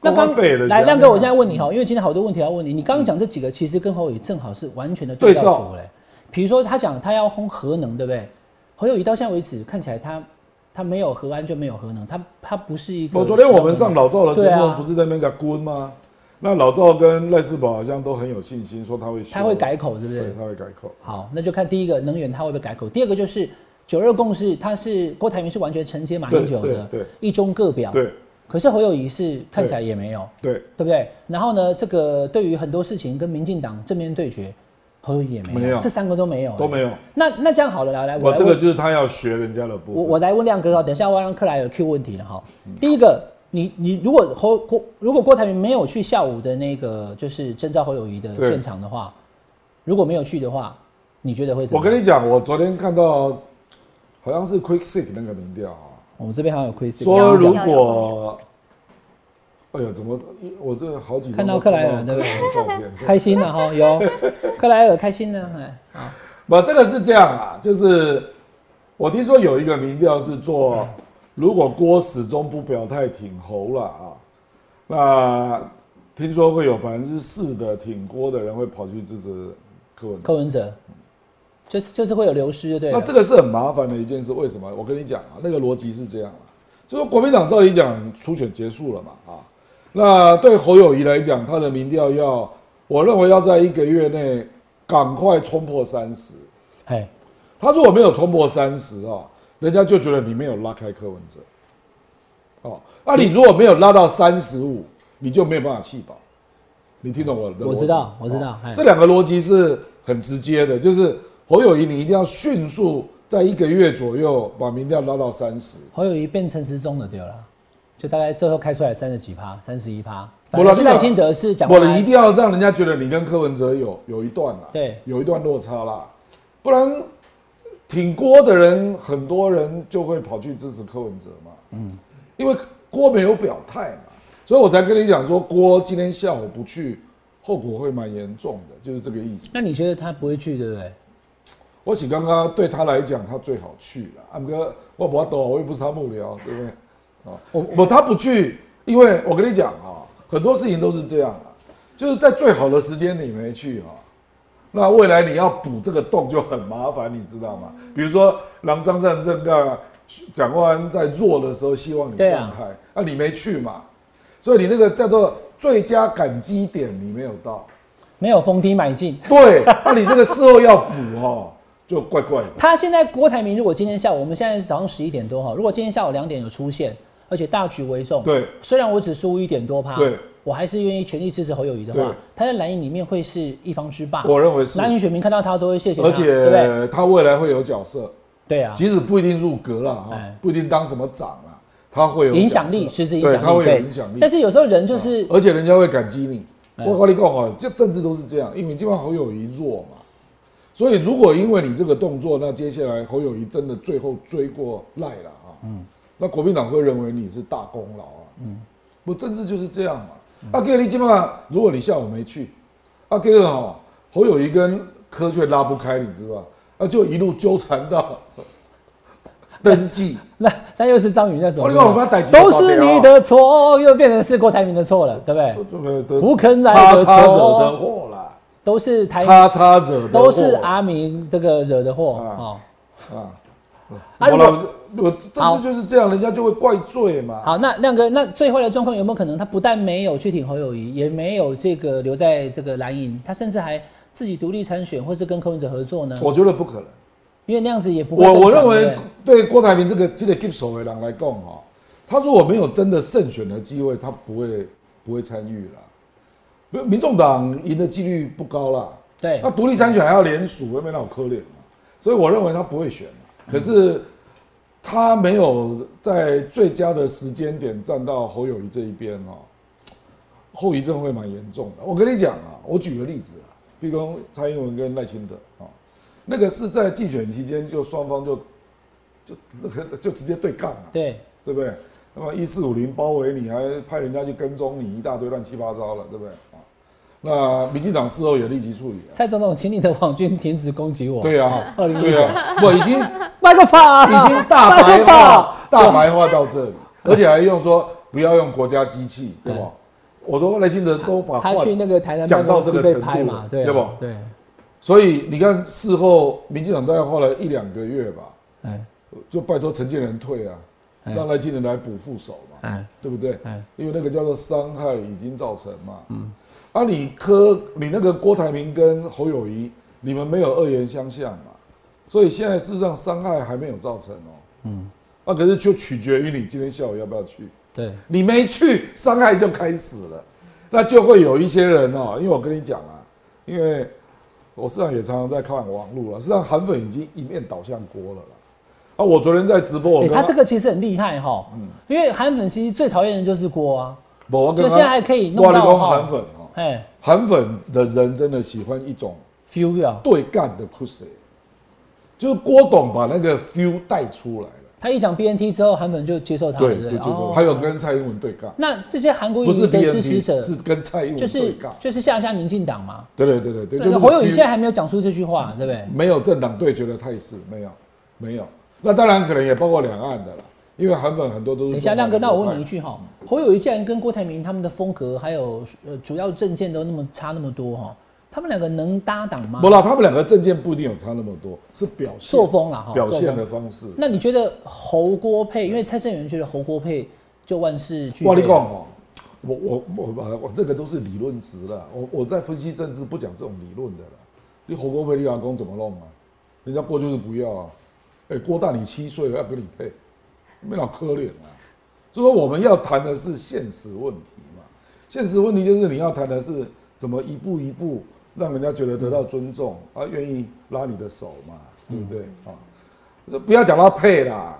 [SPEAKER 2] 那刚
[SPEAKER 3] 光背了
[SPEAKER 2] 来
[SPEAKER 3] 是吧
[SPEAKER 2] 亮哥，我现在问你哈，因为今天好多问题要问你，你刚刚讲这几个其实跟侯友谊正好是完全的对照
[SPEAKER 3] 对照
[SPEAKER 2] 组嘞。比如说他讲他要轰核能，对不对？侯友谊到现在为止看起来他他没有核安就没有核能，他他不是一个。
[SPEAKER 3] 哦我昨天我们上老赵的
[SPEAKER 2] 对
[SPEAKER 3] 节目
[SPEAKER 2] 啊，
[SPEAKER 3] 不是在那边给他滚吗？那老赵跟赖世宝好像都很有信心，说他会修
[SPEAKER 2] 他会改口，对不对
[SPEAKER 3] 对，？他会改口。
[SPEAKER 2] 好，那就看第一个能源它会不会改口，第二个就是九二共识，它是郭台铭是完全承接马英九
[SPEAKER 3] 对
[SPEAKER 2] 的
[SPEAKER 3] 对对，
[SPEAKER 2] 一中各表。
[SPEAKER 3] 对
[SPEAKER 2] 可是侯友谊是看起来也没有，
[SPEAKER 3] 对，
[SPEAKER 2] 对不对？然后呢，这个对于很多事情跟民进党正面对决，侯友谊也没有，
[SPEAKER 3] 没有
[SPEAKER 2] 这三个都没有，
[SPEAKER 3] 都没有。
[SPEAKER 2] 那那这样好了，来来，我
[SPEAKER 3] 我
[SPEAKER 2] 来
[SPEAKER 3] 这个
[SPEAKER 2] 问，
[SPEAKER 3] 就是他要学人家的部
[SPEAKER 2] 我
[SPEAKER 3] 分。
[SPEAKER 2] 我来问亮哥哈，等一下我要让克莱尔 Q 问题了哈。第一个，你你如果侯郭如果郭台铭没有去下午的那个就是征召侯友谊的
[SPEAKER 3] 对
[SPEAKER 2] 现场的话，如果没有去的话，你觉得会怎么
[SPEAKER 3] 我
[SPEAKER 2] 样？
[SPEAKER 3] 跟你讲，我昨天看到好像是 Quick Sick 那个民调啊，
[SPEAKER 2] 我们这边好像有 Chris
[SPEAKER 3] 说
[SPEAKER 1] 要
[SPEAKER 3] 如
[SPEAKER 1] 要
[SPEAKER 3] 果，哎呀，怎么我这好几张
[SPEAKER 2] 看到
[SPEAKER 3] 都
[SPEAKER 2] 克莱尔
[SPEAKER 3] 看到
[SPEAKER 2] 对不
[SPEAKER 3] 克莱尔的照片？
[SPEAKER 2] 开心了哈，有克莱尔开心呢，哎，好，
[SPEAKER 3] 不，这个是这样啊，就是我听说有一个民调是做，如果郭始终不表态挺侯了啊，那听说会有百分之四的挺郭的人会跑去支持柯文哲。
[SPEAKER 2] 柯文哲，就是就是会有流失，对
[SPEAKER 3] 那
[SPEAKER 2] 了，
[SPEAKER 3] 这个是很麻烦的一件事，为什么？我跟你讲啊，那个逻辑是这样啊，就说国民党照理讲初选结束了嘛啊，那对侯友谊来讲，他的民调要，我认为要在一个月内赶快冲破三十。
[SPEAKER 2] 哎，
[SPEAKER 3] 他如果没有冲破三十啊，人家就觉得你没有拉开柯文哲。哦，那你如果没有拉到三十五，你就没有办法弃保。你听懂我的逻辑？
[SPEAKER 2] 嗯我知道我知道
[SPEAKER 3] 哦
[SPEAKER 2] 哎
[SPEAKER 3] 这两个逻辑是很直接的，就是侯友谊，你一定要迅速在一个月左右把民调拉到三十。
[SPEAKER 2] 侯友谊变陈时中了，对了，就大概最后开出来三十几趴，三十一趴，
[SPEAKER 3] 我
[SPEAKER 2] 反
[SPEAKER 3] 老
[SPEAKER 2] 正是赖清德是讲
[SPEAKER 3] 我
[SPEAKER 2] 不来
[SPEAKER 3] 一定要让人家觉得你跟柯文哲有有一段啦，
[SPEAKER 2] 对
[SPEAKER 3] 有一段落差啦，不然挺郭的人，很多人就会跑去支持柯文哲嘛，嗯，因为郭没有表态嘛，所以我才跟你讲说，郭今天下午不去，后果会蛮严重的，就是这个意思。
[SPEAKER 2] 那你觉得他不会去，对不对？
[SPEAKER 3] 我请刚刚对他来讲，他最好去了，安哥，我不懂，我又不是他幕 僚，对不对？
[SPEAKER 2] 我
[SPEAKER 3] 我他不去，因为我跟你讲啊，很多事情都是这样啊，就是在最好的时间你没去啊，那未来你要补这个洞就很麻烦，你知道吗？比如说，让张善政啊，蒋万安在弱的时候希望你
[SPEAKER 2] 对
[SPEAKER 3] 站
[SPEAKER 2] 啊
[SPEAKER 3] 台，那、你没去嘛，所以你那个叫做最佳感激点你没有到，
[SPEAKER 2] 没有逢低买进。
[SPEAKER 3] 对，那你这个事后要补哦，就怪怪的。
[SPEAKER 2] 他现在郭台铭，如果今天下午，我们现在是早上十一点多哈，如果今天下午两点有出现，而且大局为重，
[SPEAKER 3] 对，
[SPEAKER 2] 虽然我只输一点多趴，
[SPEAKER 3] 对，
[SPEAKER 2] 我还是愿意全力支持侯友谊的
[SPEAKER 3] 对
[SPEAKER 2] 话，他在蓝营里面会是一方之霸，
[SPEAKER 3] 我认为是
[SPEAKER 2] 蓝营选民看到他都会谢谢他，
[SPEAKER 3] 而
[SPEAKER 2] 对不对？
[SPEAKER 3] 且他未来会有角色，
[SPEAKER 2] 对啊，
[SPEAKER 3] 即使不一定入阁了哈
[SPEAKER 2] 哎，
[SPEAKER 3] 不一定当什么长啊，他会有
[SPEAKER 2] 影响力，
[SPEAKER 3] 角色
[SPEAKER 2] 实质影响
[SPEAKER 3] 啊对他
[SPEAKER 2] 力，
[SPEAKER 3] 会有
[SPEAKER 2] 对
[SPEAKER 3] 影响力。
[SPEAKER 2] 但是有时候人就是
[SPEAKER 3] 哦而且人家会感激你。
[SPEAKER 2] 哎
[SPEAKER 3] 我跟你讲哦，这政治都是这样，因为基本上侯友谊弱嘛，所以如果因为你这个动作，那接下来侯友谊真的最后追过赖了啊，嗯，那国民党会认为你是大功劳啊，嗯，不，政治就是这样嘛。啊，第二，你基本上如果你下午没去，啊，第二哦，侯友谊跟科却拉不开，你知道吧？啊，就一路纠缠到登记。
[SPEAKER 2] 那那又是张宇那首
[SPEAKER 3] 我
[SPEAKER 2] 歌
[SPEAKER 3] 跟你讲我们要逮几个
[SPEAKER 2] 都是你的错，又变成是郭台铭的错了，对不对？不肯哎来啊
[SPEAKER 3] 叉
[SPEAKER 2] 的
[SPEAKER 3] 叉者
[SPEAKER 2] 错
[SPEAKER 3] 的祸啦，
[SPEAKER 2] 都是台
[SPEAKER 3] 叉叉者的祸
[SPEAKER 2] 哎都是啊阿明这个惹的祸
[SPEAKER 3] 啊
[SPEAKER 2] 哦。
[SPEAKER 3] 啊，
[SPEAKER 2] 啊
[SPEAKER 3] 我
[SPEAKER 2] 如果
[SPEAKER 3] 老我政治就是这样，人家就会怪罪嘛。
[SPEAKER 2] 好，那亮哥，那最坏的状况有没有可能？他不但没有去挺侯友谊，也没有这个留在这个蓝营，他甚至还自己独立参选，或是跟柯文哲合作呢？
[SPEAKER 3] 我觉得不可能。
[SPEAKER 2] 因为那样子也不会
[SPEAKER 3] 我
[SPEAKER 2] 更
[SPEAKER 3] 我
[SPEAKER 2] 长
[SPEAKER 3] 认为
[SPEAKER 2] 对不对
[SPEAKER 3] 对郭台铭这个这个 give 手为狼来讲哦，他如果没有真的胜选的机会，他不会不会参与啦。民民众党赢的几率不高啦。
[SPEAKER 2] 对
[SPEAKER 3] 那独立参选还要联署，会没那好可怜嘛？所以我认为他不会选嘛。可是他没有在最佳的时间点站到侯友谊这一边哦，后遗症会蛮严重的。我跟你讲啊，我举个例子啊，比如说蔡英文跟赖清德啊、那个是在竞选期间就双方就就那个就直接对干了、
[SPEAKER 2] 对
[SPEAKER 3] 对不对？那么一四五零包围你，还派人家去跟踪你，一大堆乱七八糟了，对不对啊？那民进党事后也立即处理啊。
[SPEAKER 2] 蔡总统，请你的网军停止攻击我。
[SPEAKER 3] 对啊，
[SPEAKER 2] 二零一九
[SPEAKER 3] 对啊，我已经
[SPEAKER 2] 麦克啊法
[SPEAKER 3] 已经大
[SPEAKER 2] 麦
[SPEAKER 3] 白
[SPEAKER 2] 克法
[SPEAKER 3] 化，大白化到这里，而且还用说不要用国家机器，对吧？我说赖清德都把话
[SPEAKER 2] 他去那个台南
[SPEAKER 3] 讲
[SPEAKER 2] 办
[SPEAKER 3] 到
[SPEAKER 2] 公
[SPEAKER 3] 这
[SPEAKER 2] 室
[SPEAKER 3] 个
[SPEAKER 2] 被
[SPEAKER 3] 程
[SPEAKER 2] 拍
[SPEAKER 3] 度
[SPEAKER 2] 嘛
[SPEAKER 3] 了，
[SPEAKER 2] 对
[SPEAKER 3] 对
[SPEAKER 2] 啊
[SPEAKER 3] 吧，
[SPEAKER 2] 对，
[SPEAKER 3] 所以你看事后民进党大概花了一两个月吧，
[SPEAKER 2] 哎
[SPEAKER 3] 就拜托陈建仁退啊，
[SPEAKER 2] 哎
[SPEAKER 3] 让赖清德来补副手嘛，
[SPEAKER 2] 哎
[SPEAKER 3] 对不对？
[SPEAKER 2] 哎，
[SPEAKER 3] 因为那个叫做伤害已经造成嘛。嗯，啊，你柯你那个郭台铭跟侯友谊，你们没有恶言相向嘛，所以现在事实上伤害还没有造成哦。嗯，啊，可是就取决于你今天下午要不要去。
[SPEAKER 2] 对，
[SPEAKER 3] 你没去，伤害就开始了，那就会有一些人哦，因为我跟你讲啊，因为我市场也常常在看网络啊了，实际上韩粉已经一面倒向锅了啦。啊，我昨天在直播，我嗯
[SPEAKER 2] 哎，
[SPEAKER 3] 跟
[SPEAKER 2] 他这个其实很厉害哈，因为韩粉其实最讨厌的就是锅啊，
[SPEAKER 3] 不我跟
[SPEAKER 2] 所以
[SPEAKER 3] 他
[SPEAKER 2] 现在还可以弄
[SPEAKER 3] 哇你
[SPEAKER 2] 到
[SPEAKER 3] 讲
[SPEAKER 2] 哈
[SPEAKER 3] 韩粉哦，
[SPEAKER 2] 哎
[SPEAKER 3] 韩粉的人真的喜欢一种
[SPEAKER 2] ，feel 掉，
[SPEAKER 3] 对干的 c u s 就是郭董把那个 feel 带出来了，
[SPEAKER 2] 他一讲 BNT 之后，韩粉就接受他了，
[SPEAKER 3] 对，
[SPEAKER 2] 不
[SPEAKER 3] 就接受。
[SPEAKER 2] 哦
[SPEAKER 3] 还有跟蔡英文对干，
[SPEAKER 2] 那这些韩国
[SPEAKER 3] 不
[SPEAKER 2] 瑜
[SPEAKER 3] 是
[SPEAKER 2] 的支持
[SPEAKER 3] BNT，
[SPEAKER 2] 者
[SPEAKER 3] 是跟蔡英文
[SPEAKER 2] 就是
[SPEAKER 3] 对干。
[SPEAKER 2] 就是下架民进党嘛，
[SPEAKER 3] 对对对对对，就是嗯
[SPEAKER 2] 对侯友宜
[SPEAKER 3] feel-
[SPEAKER 2] 现在还没有讲出这句话，对不对？
[SPEAKER 3] 没有政党对决的态势，没有，没有。那当然可能也包括两岸的啦，因为韩粉很多都是。
[SPEAKER 2] 等一下，亮哥，那我问你一，句哈，
[SPEAKER 3] 嗯
[SPEAKER 2] 侯友宜既然跟郭台铭他们的风格还有呃主要政见都那么差那么多哈，他们两个能搭档吗
[SPEAKER 3] 不？啦，他们两个政见不一定有差那么多，是表现
[SPEAKER 2] 作风啦哈，
[SPEAKER 3] 表现
[SPEAKER 2] 作
[SPEAKER 3] 的
[SPEAKER 2] 风。
[SPEAKER 3] 方式。
[SPEAKER 2] 那你觉得侯郭配？因为蔡正元觉得侯郭配就万事俱备。
[SPEAKER 3] 我跟你讲哦，我我我把我那个都是理论值了，我我在分析政治不讲这种理论的了。你火锅配立王公怎么弄啊？人家郭就是不要啊，哎、郭大你七岁要跟你配，没老可怜啊。所以说我们要谈的是现实问题嘛，现实问题就是你要谈的是怎么一步一步让人家觉得得到尊重、啊，愿意拉你的手嘛，对不对、
[SPEAKER 2] 嗯
[SPEAKER 3] 啊？这不要讲到配啦，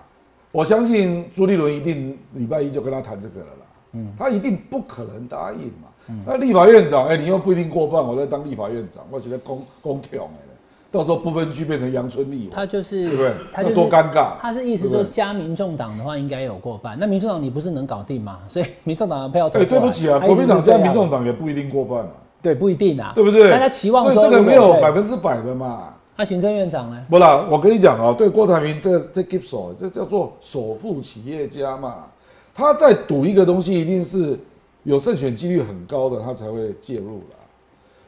[SPEAKER 3] 我相信朱立伦一定礼拜一就跟他谈这个了啦。嗯，他一定不可能答应嘛。
[SPEAKER 2] 嗯
[SPEAKER 3] 那立法院长，哎、你又不一定过半，我在当立法院长，我觉得公公挑哎，到时候不分区变成阳春立委，
[SPEAKER 2] 他就是，
[SPEAKER 3] 对不对
[SPEAKER 2] 他就是
[SPEAKER 3] 那多尴尬
[SPEAKER 2] 他是意思
[SPEAKER 3] 对
[SPEAKER 2] 说
[SPEAKER 3] 不对
[SPEAKER 2] 加民众党的话应该有过半，那民众党你不是能搞定吗？所以民众党的票投
[SPEAKER 3] 哎、
[SPEAKER 2] 过来。
[SPEAKER 3] 对不起啊，
[SPEAKER 2] 他意
[SPEAKER 3] 国
[SPEAKER 2] 思是
[SPEAKER 3] 民党
[SPEAKER 2] 这
[SPEAKER 3] 加
[SPEAKER 2] 样
[SPEAKER 3] 民众党也不一定过半啊，
[SPEAKER 2] 对不一定啊，
[SPEAKER 3] 对不对？
[SPEAKER 2] 但他期望说
[SPEAKER 3] 所以这个没
[SPEAKER 2] 如
[SPEAKER 3] 有
[SPEAKER 2] 果
[SPEAKER 3] 百分之百的嘛。
[SPEAKER 2] 那行政院长呢？
[SPEAKER 3] 不啦，我跟你讲哦，对郭台铭这这 g i b s o 这叫做首富企业家嘛，他在赌一个东西，一定是有胜选几率很高的，他才会介入啦。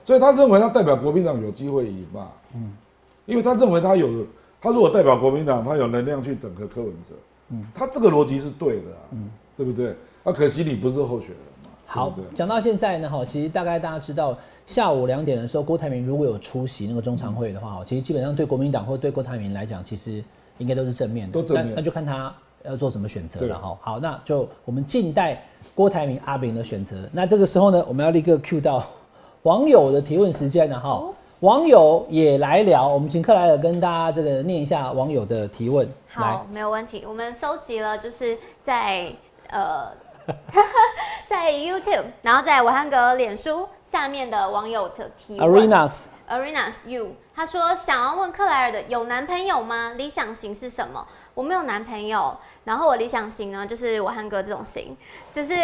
[SPEAKER 3] 所以他认为他代表国民党有机会赢嘛，嗯，因为他认为他有，他如果代表国民党，他有能量去整合柯文哲，嗯，他这个逻辑是对的、啊，嗯，对不对？啊，可惜你不是候选人嘛，
[SPEAKER 2] 好
[SPEAKER 3] 对不，对
[SPEAKER 2] 讲到现在呢，哈，其实大概大家知道，下午两点的时候，郭台铭如果有出席那个中常会的话，哈，其实基本上对国民党或对郭台铭来讲，其实应该都是正面的，
[SPEAKER 3] 都正面
[SPEAKER 2] 但那就看他要做什么选择
[SPEAKER 3] 对
[SPEAKER 2] 了，哈。好，那就我们静待郭台铭、阿炳的选择。那这个时候呢，我们要立刻 Q 到网友的提问时间了，哈。网友也来聊，我们请克莱尔跟大家这个念一下网友的提问。来
[SPEAKER 4] 好，，没有问题。我们收集了，就是在呃， 在 YouTube，然后在我汉格脸书下面的网友的提问
[SPEAKER 2] Arenas。
[SPEAKER 4] Arenas You，他说想要问克莱尔的有男朋友吗？理想型是什么？我没有男朋友，然后我理想型呢，就是我汉哥这种型，就是 就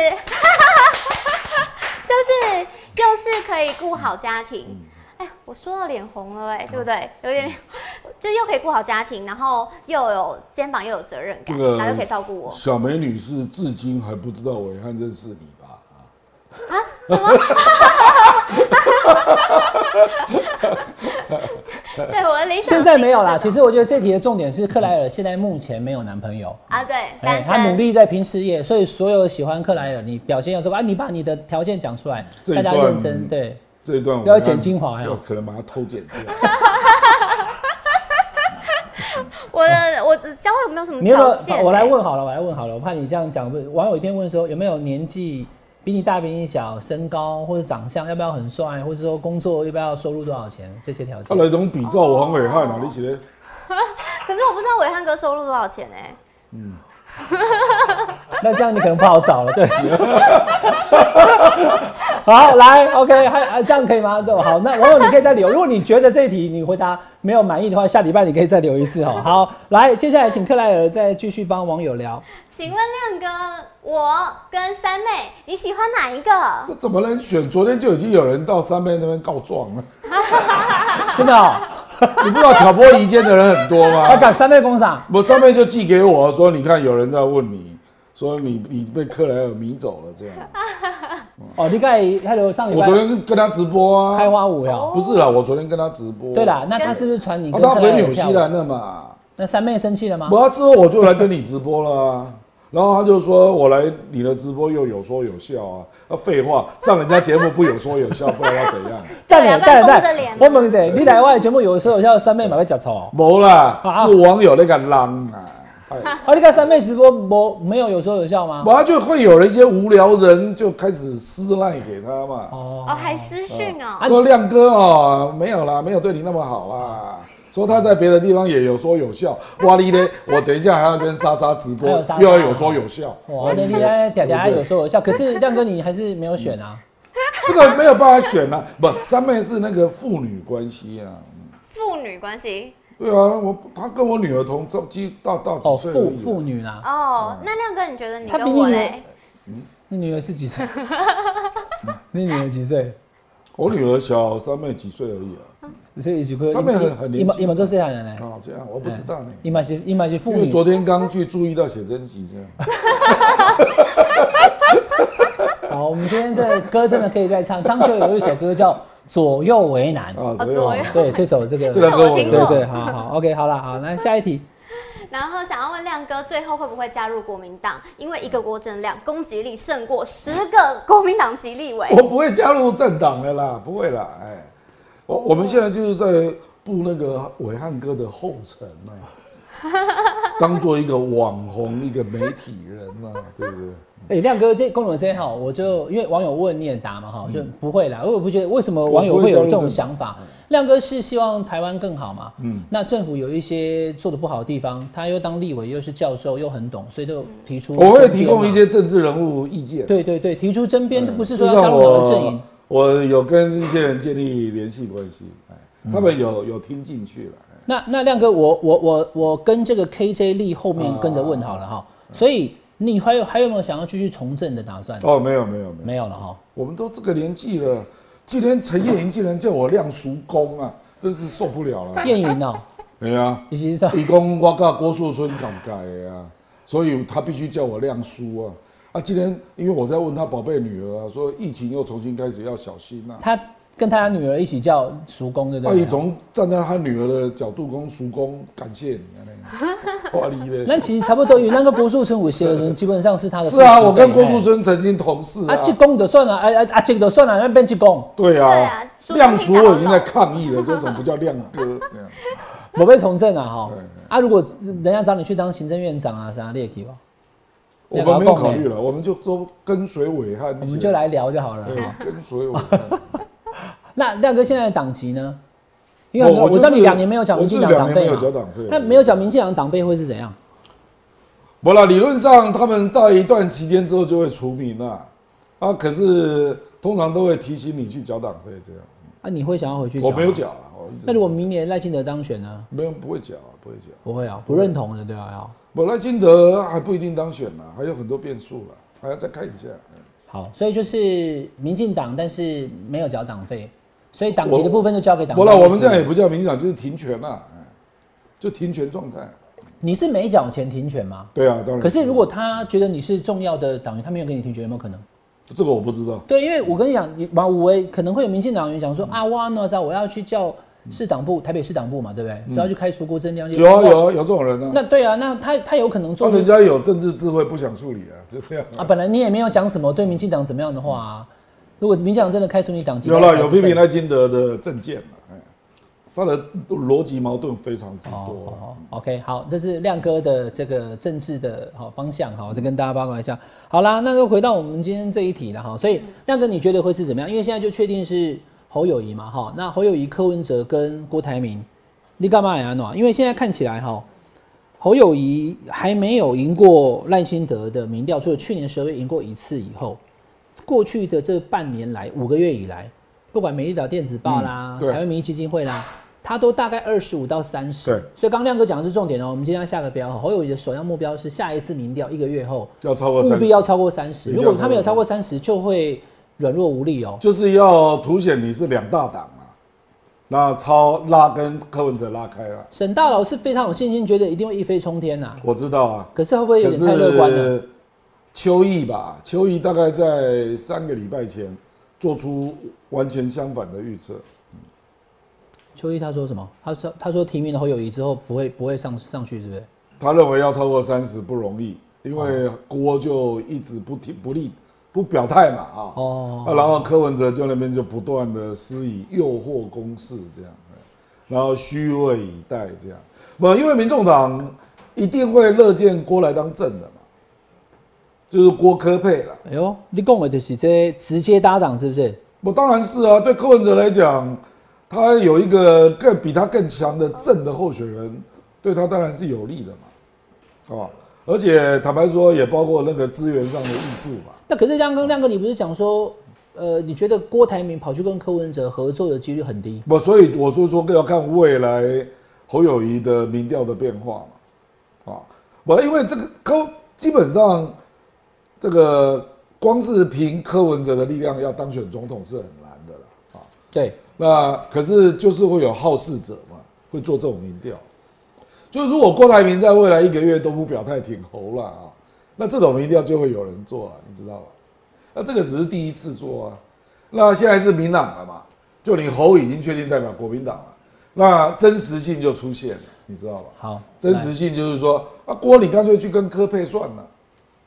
[SPEAKER 4] 是又是可以顾好家庭。
[SPEAKER 2] 嗯
[SPEAKER 4] 哎，我说到脸红了、哎，对不对？有点， 就又可以顾好家庭，然后又有肩膀又有责任感，
[SPEAKER 3] 这个
[SPEAKER 4] 然后又可以照顾我。
[SPEAKER 3] 小梅女士至今还不知道伟汉认识你吧？啊，
[SPEAKER 4] 对，我的理想
[SPEAKER 2] 现在
[SPEAKER 4] 型
[SPEAKER 2] 没有啦。
[SPEAKER 4] 是这
[SPEAKER 2] 其
[SPEAKER 4] 种
[SPEAKER 2] 实我觉得这题的重点是克莱尔现在目前没有男朋友，
[SPEAKER 4] 啊，对，
[SPEAKER 2] 哎
[SPEAKER 4] 单，身、
[SPEAKER 2] 他努力在拼事业，所以所有喜欢克莱尔，你表现要说啊，你把你的条件讲出来，
[SPEAKER 3] 这一
[SPEAKER 2] 大家
[SPEAKER 3] 段
[SPEAKER 2] 认真对。
[SPEAKER 3] 这一段我
[SPEAKER 2] 不要
[SPEAKER 3] 看
[SPEAKER 2] 剪精华呀
[SPEAKER 3] 就可能把它偷剪掉。
[SPEAKER 4] 我的我的交往有没有什么
[SPEAKER 2] 你有没
[SPEAKER 4] 条件、
[SPEAKER 2] 有？我来
[SPEAKER 4] 哎
[SPEAKER 2] 问好了，我来问好了，我怕你这样讲，网友一定问说有没有年纪比你大、比你小、身高或者长相，要不要很帅，或者说工作要不要收入多少钱这些条
[SPEAKER 3] 他
[SPEAKER 2] 件。
[SPEAKER 3] 来种比照王伟汉啊，你写的
[SPEAKER 4] 可是我不知道伟汉哥收入多少钱哎、
[SPEAKER 2] 那这样你可能不好找了，对。 好，来，OK，还还这样可以吗？对，好，那网友你可以再留，如果你觉得这一题你回答没有满意的话，下礼拜你可以再留一次哦。好，来，接下来请克莱尔再继续帮网友 聊。
[SPEAKER 4] 请问亮哥，我跟三妹，你喜欢哪一个？
[SPEAKER 3] 这怎么能选？昨天就已经有人到三妹那边告状 了，
[SPEAKER 2] 真的、哦，
[SPEAKER 3] 你不知道挑拨离间的人很多
[SPEAKER 2] 要
[SPEAKER 3] 吗？
[SPEAKER 2] 搞三倍工厂，
[SPEAKER 3] 我三妹就寄给我说，你看有人在问你，说你你被克莱尔迷走了 这样。
[SPEAKER 2] 哦，你盖还有上礼
[SPEAKER 3] 我
[SPEAKER 2] 拜
[SPEAKER 3] 昨天跟他直播啊，
[SPEAKER 2] 开花舞呀、
[SPEAKER 4] 哦
[SPEAKER 3] 不是啦，我昨天跟他直播。
[SPEAKER 2] 对啦，那他是不是传你
[SPEAKER 3] 啊，
[SPEAKER 2] 跟克
[SPEAKER 3] 他
[SPEAKER 2] 莱
[SPEAKER 3] 回
[SPEAKER 2] 尔
[SPEAKER 3] 纽
[SPEAKER 2] 的
[SPEAKER 3] 西
[SPEAKER 2] 跳舞？
[SPEAKER 3] 兰了嘛？
[SPEAKER 2] 那三妹生气了 吗？
[SPEAKER 3] 我啊要之后我就来跟你直播了啊、然后他就说我来你的直播又有说有笑啊，那废话，上人家节目不有说有笑，不然要怎样？
[SPEAKER 2] 蛋
[SPEAKER 4] 对啊
[SPEAKER 2] 蛋
[SPEAKER 4] 不然
[SPEAKER 2] 蛋
[SPEAKER 4] 绷着脸
[SPEAKER 2] 蛋
[SPEAKER 4] 嘛，
[SPEAKER 2] 我问者，你来我的节目有时候有叫三妹买个脚臭，
[SPEAKER 3] 没啦
[SPEAKER 2] 啊，
[SPEAKER 3] 是网友那个浪啊。 哎
[SPEAKER 2] 哦，你看三妹直播没没有有说有笑吗？
[SPEAKER 3] 我就会有一些无聊人就开始私赖给他嘛，
[SPEAKER 4] 哦，
[SPEAKER 2] 哦，
[SPEAKER 4] 还私讯哦、
[SPEAKER 3] 说亮哥哦，没有啦，没有对你那么好啦，说他在别的地方也有说有笑，哇哩嘞，我等一下还要跟莎莎直播
[SPEAKER 2] 还有莎，莎
[SPEAKER 3] 又要有说有笑，
[SPEAKER 2] 哇，那你哎，嗲嗲有说有笑，可是亮哥你还是没有选啊。
[SPEAKER 3] 这个没有办法选啊，不，三妹是那个父女关系啊。
[SPEAKER 4] 父女关系
[SPEAKER 3] 对啊，我她跟我女儿同这几大大
[SPEAKER 2] 哦，
[SPEAKER 3] 几岁而已啊、
[SPEAKER 2] 父父女啦，
[SPEAKER 4] 哦。那亮哥，你觉得你
[SPEAKER 2] 他比
[SPEAKER 4] 跟
[SPEAKER 2] 你
[SPEAKER 4] 我
[SPEAKER 2] 女
[SPEAKER 4] 嘞？
[SPEAKER 2] 你女儿是几 岁？你女儿几岁？
[SPEAKER 3] 我女儿小三妹几岁而已啊。
[SPEAKER 2] 所以几岁？
[SPEAKER 3] 上面很很年轻
[SPEAKER 2] 你们你们都是这样的嘞。
[SPEAKER 3] 哦，这样我不知道呢。
[SPEAKER 2] 你们是你们哎是父
[SPEAKER 3] 因为
[SPEAKER 2] 女，
[SPEAKER 3] 昨天刚去注意到写真 集这样，
[SPEAKER 2] 好，我们今天这歌真的可以再唱。张学友有一首歌叫《左右为难》，
[SPEAKER 3] 啊，
[SPEAKER 4] 哦
[SPEAKER 3] 怎么
[SPEAKER 4] 左右
[SPEAKER 3] 样？
[SPEAKER 2] 对，这首这个，
[SPEAKER 3] 这两个
[SPEAKER 4] 我
[SPEAKER 3] 我
[SPEAKER 4] 听
[SPEAKER 3] 有
[SPEAKER 4] 过
[SPEAKER 2] 对对，好好，OK，好了，好，来下一题。
[SPEAKER 4] 然后想要问亮哥，最后会不会加入国民党？因为一个郭正亮攻击力胜过十个国民党籍立委。
[SPEAKER 3] 我不会加入政党的啦，不会啦，哎，我我们现在就是在步那个伟汉哥的后尘 啊，当做一个网红，一个媒体人啊，对 不对？
[SPEAKER 2] 哎、亮哥，这功能真好，我就因为网友问你也答嘛哈，
[SPEAKER 3] 嗯
[SPEAKER 2] 就不会啦。因为我不觉得为什么网友会有这种想法。亮哥是希望台湾更好嘛，嗯，那政府有一些做的不好的地方，他又当立委，又是教授，又很懂，所以都有提出。
[SPEAKER 3] 我会提供一。些政治人物意见。
[SPEAKER 2] 对对对，提出争辩，不是说
[SPEAKER 3] 事
[SPEAKER 2] 要
[SPEAKER 3] 实上
[SPEAKER 2] 加入哪个阵营。
[SPEAKER 3] 我我有跟一些人建立联系关系，哎，他们有有听进去了。哎
[SPEAKER 2] 那那亮哥，我我我我跟这个 KJ 力后面跟着问好了
[SPEAKER 3] 哦
[SPEAKER 2] 哈。所以你还有还有没有想要继续从政的打算？
[SPEAKER 3] 哦，没有没有没有，
[SPEAKER 2] 没有了哈。
[SPEAKER 3] 我们都这个年纪了，今天陈燕莹竟然叫我亮叔公啊，真是受不了了。
[SPEAKER 2] 燕云哦，
[SPEAKER 3] 对啊，
[SPEAKER 2] 以及上
[SPEAKER 3] 伊讲我跟郭树春敢改的啊，所以他必须叫我亮叔啊。啊，今天因为我在问他宝贝女儿啊，说疫情又重新开始，要小心啊。
[SPEAKER 2] 他跟他女儿一起叫叔公，对不
[SPEAKER 3] 啊，
[SPEAKER 2] 对
[SPEAKER 3] 伊？从站在他女儿的角度讲，叔公感谢你啊，那个，哇你嘞。
[SPEAKER 2] 那其实差不多，有那个郭树春、我写的人基本上是他的。
[SPEAKER 3] 是啊，我跟郭树。春曾经同事啊
[SPEAKER 2] 啊，。这公就算了，哎哎啊，这就算了，那边这 公，
[SPEAKER 3] 对
[SPEAKER 4] 对
[SPEAKER 3] 啊
[SPEAKER 4] 啊，叔公
[SPEAKER 3] 亮叔我已经在
[SPEAKER 4] 听到
[SPEAKER 3] 抗议了，说怎么不叫亮 哥？这样
[SPEAKER 2] 我被从政啊哈
[SPEAKER 3] 对对。
[SPEAKER 2] 啊，如果人家找你去当行政院长啊啥，你也可以吧。
[SPEAKER 3] 我们没有考虑了，我们就都跟随伟汉一起，
[SPEAKER 2] 我们就来聊就好了。
[SPEAKER 3] 对
[SPEAKER 2] 哈
[SPEAKER 3] 跟随伟汉。
[SPEAKER 2] 那亮哥现在的党籍呢？因
[SPEAKER 3] 因
[SPEAKER 2] 为很多我知道你两年没有缴民进党党费
[SPEAKER 3] 没有缴
[SPEAKER 2] 嘛，
[SPEAKER 3] 党费，
[SPEAKER 2] 那没有缴民进党党费会是怎样？
[SPEAKER 3] 不啦，理论上他们到一段期间之后就会除名啦，啊，可是通常都会提醒你去缴党费这样。
[SPEAKER 2] 啊，你会想要回去？
[SPEAKER 3] 我没有。缴啊，我一直
[SPEAKER 2] 那如果明年赖清德当选呢？
[SPEAKER 3] 没有不会缴啊，不会缴。
[SPEAKER 2] 不会啊，不认同的对吧？要
[SPEAKER 3] 我赖金德啊还不一定当选呢，还有很多变数了，还要再看一下。嗯
[SPEAKER 2] 好，所以就是民进党，但是没有缴党费，所以党籍的
[SPEAKER 3] 我
[SPEAKER 2] 部分就交给党。
[SPEAKER 3] 不了，我们这样也，不叫民进党，就是停权啦、哎就停权状态。
[SPEAKER 2] 你是没缴钱停权吗？
[SPEAKER 3] 对啊，当然。
[SPEAKER 2] 可是如果他觉得你是重要的党员，他没有给你停权，有没有可能？
[SPEAKER 3] 这个我不知道，
[SPEAKER 2] 对，因为我跟你讲，马武威可能会有民进党员讲说啊，哇，哪吒，我要去叫市党部，台北市党部嘛，对不对？所以要去开除郭正亮。
[SPEAKER 3] 有啊有啊有这种人啊，
[SPEAKER 2] 那对啊，那他他有可能做
[SPEAKER 3] 那人家有政治智慧不想处理啊，就这样 啊
[SPEAKER 2] 啊，本来你也没有讲什么对民进党怎么样的话啊。如果民进党真的开除你党籍，
[SPEAKER 3] 有
[SPEAKER 2] 那
[SPEAKER 3] 了
[SPEAKER 2] 才
[SPEAKER 3] 有
[SPEAKER 2] 是
[SPEAKER 3] 批评
[SPEAKER 2] 笨
[SPEAKER 3] 赖金德的政见嘛，哎，他的逻辑矛盾非常之
[SPEAKER 2] 哦
[SPEAKER 3] 多
[SPEAKER 2] 哦
[SPEAKER 3] 啊、
[SPEAKER 2] 哦，OK，好，这是亮哥的这个政治的好方向，好，再跟大家报告一下。好啦，那就回到我们今天这一题了哈。所以亮哥，你觉得会是怎么样？因为现在就确定是侯友谊嘛哈。那侯友谊、柯文哲跟郭台铭，你干嘛呀？喏，因为现在看起来哈，侯友谊还没有赢过赖清德的民调，除了去年十二月赢过一次以后，过去的这半年来五个月以来，不管美丽岛电子报啦、
[SPEAKER 3] 嗯对
[SPEAKER 2] 台湾民意基金会啦，它都大概二十五到三十。
[SPEAKER 3] 对
[SPEAKER 2] 所以刚亮哥讲的是重点哦、我们今天要下个标哦，侯友谊的首要目标是下一次民调一个月后
[SPEAKER 3] 要超过
[SPEAKER 2] 务
[SPEAKER 3] 三
[SPEAKER 2] 必要超过三十，
[SPEAKER 3] 一定
[SPEAKER 2] 如
[SPEAKER 3] 要
[SPEAKER 2] 果他没有超过三十，就会软弱无力哦、
[SPEAKER 3] 就是要凸显你是两大党啊，那超拉跟柯文哲拉开了，
[SPEAKER 2] 沈大佬是非常有信心，觉得一定会一飞冲天呐、
[SPEAKER 3] 我知道啊，
[SPEAKER 2] 可是会不会有
[SPEAKER 3] 可
[SPEAKER 2] 点太乐观了？
[SPEAKER 3] 是邱毅吧，邱毅大概在三个礼拜前做出完全相反的预测。
[SPEAKER 2] 邱毅他说什么？他说他说提名了侯友谊之后不会不会上上去，是不是？
[SPEAKER 3] 他认为要超过三十不容易，因
[SPEAKER 2] 哦
[SPEAKER 3] 为郭就一直不提不立不表态嘛啊。
[SPEAKER 2] 哦
[SPEAKER 3] 啊然后柯文哲就那边就不断的施以诱惑攻势这样，哎然后虚位以待这样。不，因为民众党一定会乐见郭来当正的嘛，就是郭科配了。
[SPEAKER 2] 哎呦，你讲的就是这直接搭档，是不是？
[SPEAKER 3] 我当然是啊，对柯文哲来讲，他有一个更比他更强的正的候选人，对他当然是有利的嘛，好吧？而且坦白说，也包括那个资源上的益助嘛。
[SPEAKER 2] 那可是亮哥，亮哥，你不是讲说，呃，你觉得郭台铭跑去跟柯文哲合作的几率很低？
[SPEAKER 3] 不，所以我说说要看未来侯友谊的民调的变化嘛，啊，我因为这个柯基本上这个光是凭柯文哲的力量要当选总统是很难的了啊。
[SPEAKER 2] 对，
[SPEAKER 3] 那可是就是会有好事者嘛，会做这种民调。就如果郭台铭在未来一个月都不表态挺侯了啊，那这种民调就会有人做了，你知道吧？那这个只是第一次做啊。那现在是民党了嘛，就你侯已经确定代表国民党了，那真实性就出现了，你知道吧？
[SPEAKER 2] 好，
[SPEAKER 3] 真
[SPEAKER 2] 来
[SPEAKER 3] 实性就是说，啊，郭你干脆去跟柯配算了。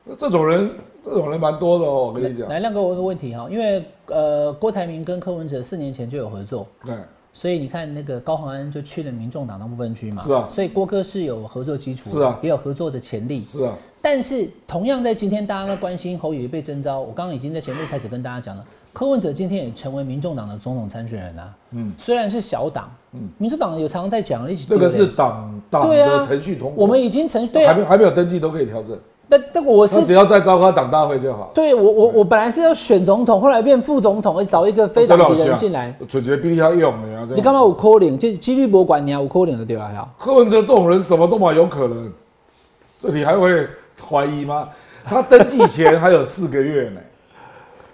[SPEAKER 3] 那这种人，这种人蛮多的哦，我跟你讲。
[SPEAKER 2] 来，亮哥，我有个问题哈，因为呃，郭台铭跟柯文哲四年前就有合作，
[SPEAKER 3] 对，
[SPEAKER 2] 所以你看那个高鸿安就去了民众党当部分区嘛，
[SPEAKER 3] 是啊
[SPEAKER 2] 所以郭哥是有合作基础，
[SPEAKER 3] 是啊
[SPEAKER 2] 也有合作的潜力，
[SPEAKER 3] 是啊，
[SPEAKER 2] 但是同样在今天，大家都关心侯友谊被征召，我刚刚已经在节目一开始跟大家讲了，柯文哲今天也成为民众党的总统参选人啊，嗯，虽然是小党，嗯，民众党有常常在讲一起
[SPEAKER 3] 这个是
[SPEAKER 2] 丢脸
[SPEAKER 3] 党党
[SPEAKER 2] 对啊
[SPEAKER 3] 的程序通过。
[SPEAKER 2] 我们已经成对
[SPEAKER 3] 还
[SPEAKER 2] 啊
[SPEAKER 3] 没，有还没有登记都可以调整，
[SPEAKER 2] 但但我是
[SPEAKER 3] 他只要再召开党大会就好。
[SPEAKER 2] 对我我我本来是要选总统，后来变副总统，而找一个非
[SPEAKER 3] 真
[SPEAKER 2] 党
[SPEAKER 3] 的好
[SPEAKER 2] 籍的人
[SPEAKER 3] 像
[SPEAKER 2] 进来，，
[SPEAKER 3] 蠢觉比你还用的啊！
[SPEAKER 2] 你干嘛有扣零？就几率博管你啊，有扣零的对吧？还好
[SPEAKER 3] 柯文哲这种人什么都嘛有可能，这你还会怀疑吗？他登记前还有四个月 呢，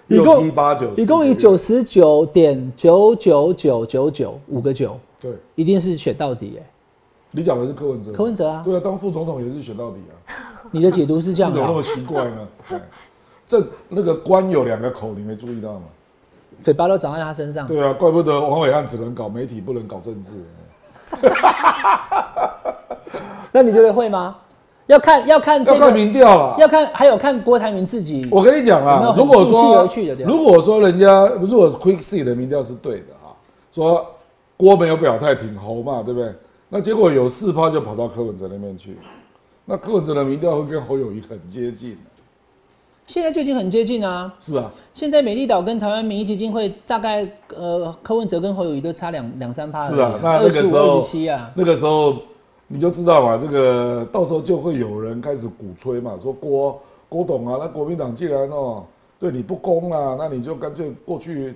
[SPEAKER 2] 一
[SPEAKER 3] 六
[SPEAKER 2] 共
[SPEAKER 3] 七八九，
[SPEAKER 2] 一共以
[SPEAKER 3] 四个月
[SPEAKER 2] 九十九点九九九九九五个九，
[SPEAKER 3] 对，
[SPEAKER 2] 一定是选到底耶、
[SPEAKER 3] 你讲的是柯文哲，
[SPEAKER 2] 柯文哲啊
[SPEAKER 3] 对啊，当副总统也是选到底啊，
[SPEAKER 2] 你的解读是这样啊
[SPEAKER 3] 你怎么那么
[SPEAKER 2] 的，
[SPEAKER 3] 奇怪呢？对这那个官有两个口，你没注意到吗？
[SPEAKER 2] 嘴巴都长在他身上。
[SPEAKER 3] 对啊，怪不得王伟汉只能搞媒体，不能搞政治。
[SPEAKER 2] 那你觉得会吗？要看要看这
[SPEAKER 3] 要看
[SPEAKER 2] 个，
[SPEAKER 3] 民调啦，
[SPEAKER 2] 要看还有看郭台铭自己。
[SPEAKER 3] 我跟你讲
[SPEAKER 2] 嗯有没有
[SPEAKER 3] 啦，
[SPEAKER 2] 很
[SPEAKER 3] 如果
[SPEAKER 2] 不期而
[SPEAKER 3] 说
[SPEAKER 2] 去的地方
[SPEAKER 3] 如果说人家如果 Quick C 的民调是对的啊，说郭没有表态挺侯嘛，对不对？那结果有四趴就跑到柯文哲那边去，那柯文哲的民调会跟侯友谊很接近，
[SPEAKER 2] 现在就已经很接近啊。
[SPEAKER 3] 是啊，
[SPEAKER 2] 现在美丽岛跟台湾民意基金会大概呃柯文哲跟侯友谊都差两两三趴而已。
[SPEAKER 3] 是啊，那那
[SPEAKER 2] 二
[SPEAKER 3] 个
[SPEAKER 2] 十
[SPEAKER 3] 时
[SPEAKER 2] 五、二
[SPEAKER 3] 候
[SPEAKER 2] 十七啊，
[SPEAKER 3] 那个时候你就知道嘛，这个到时候就会有人开始鼓吹嘛，说郭郭董啊，那国民党既然哦对你不公啦、那你就干脆过去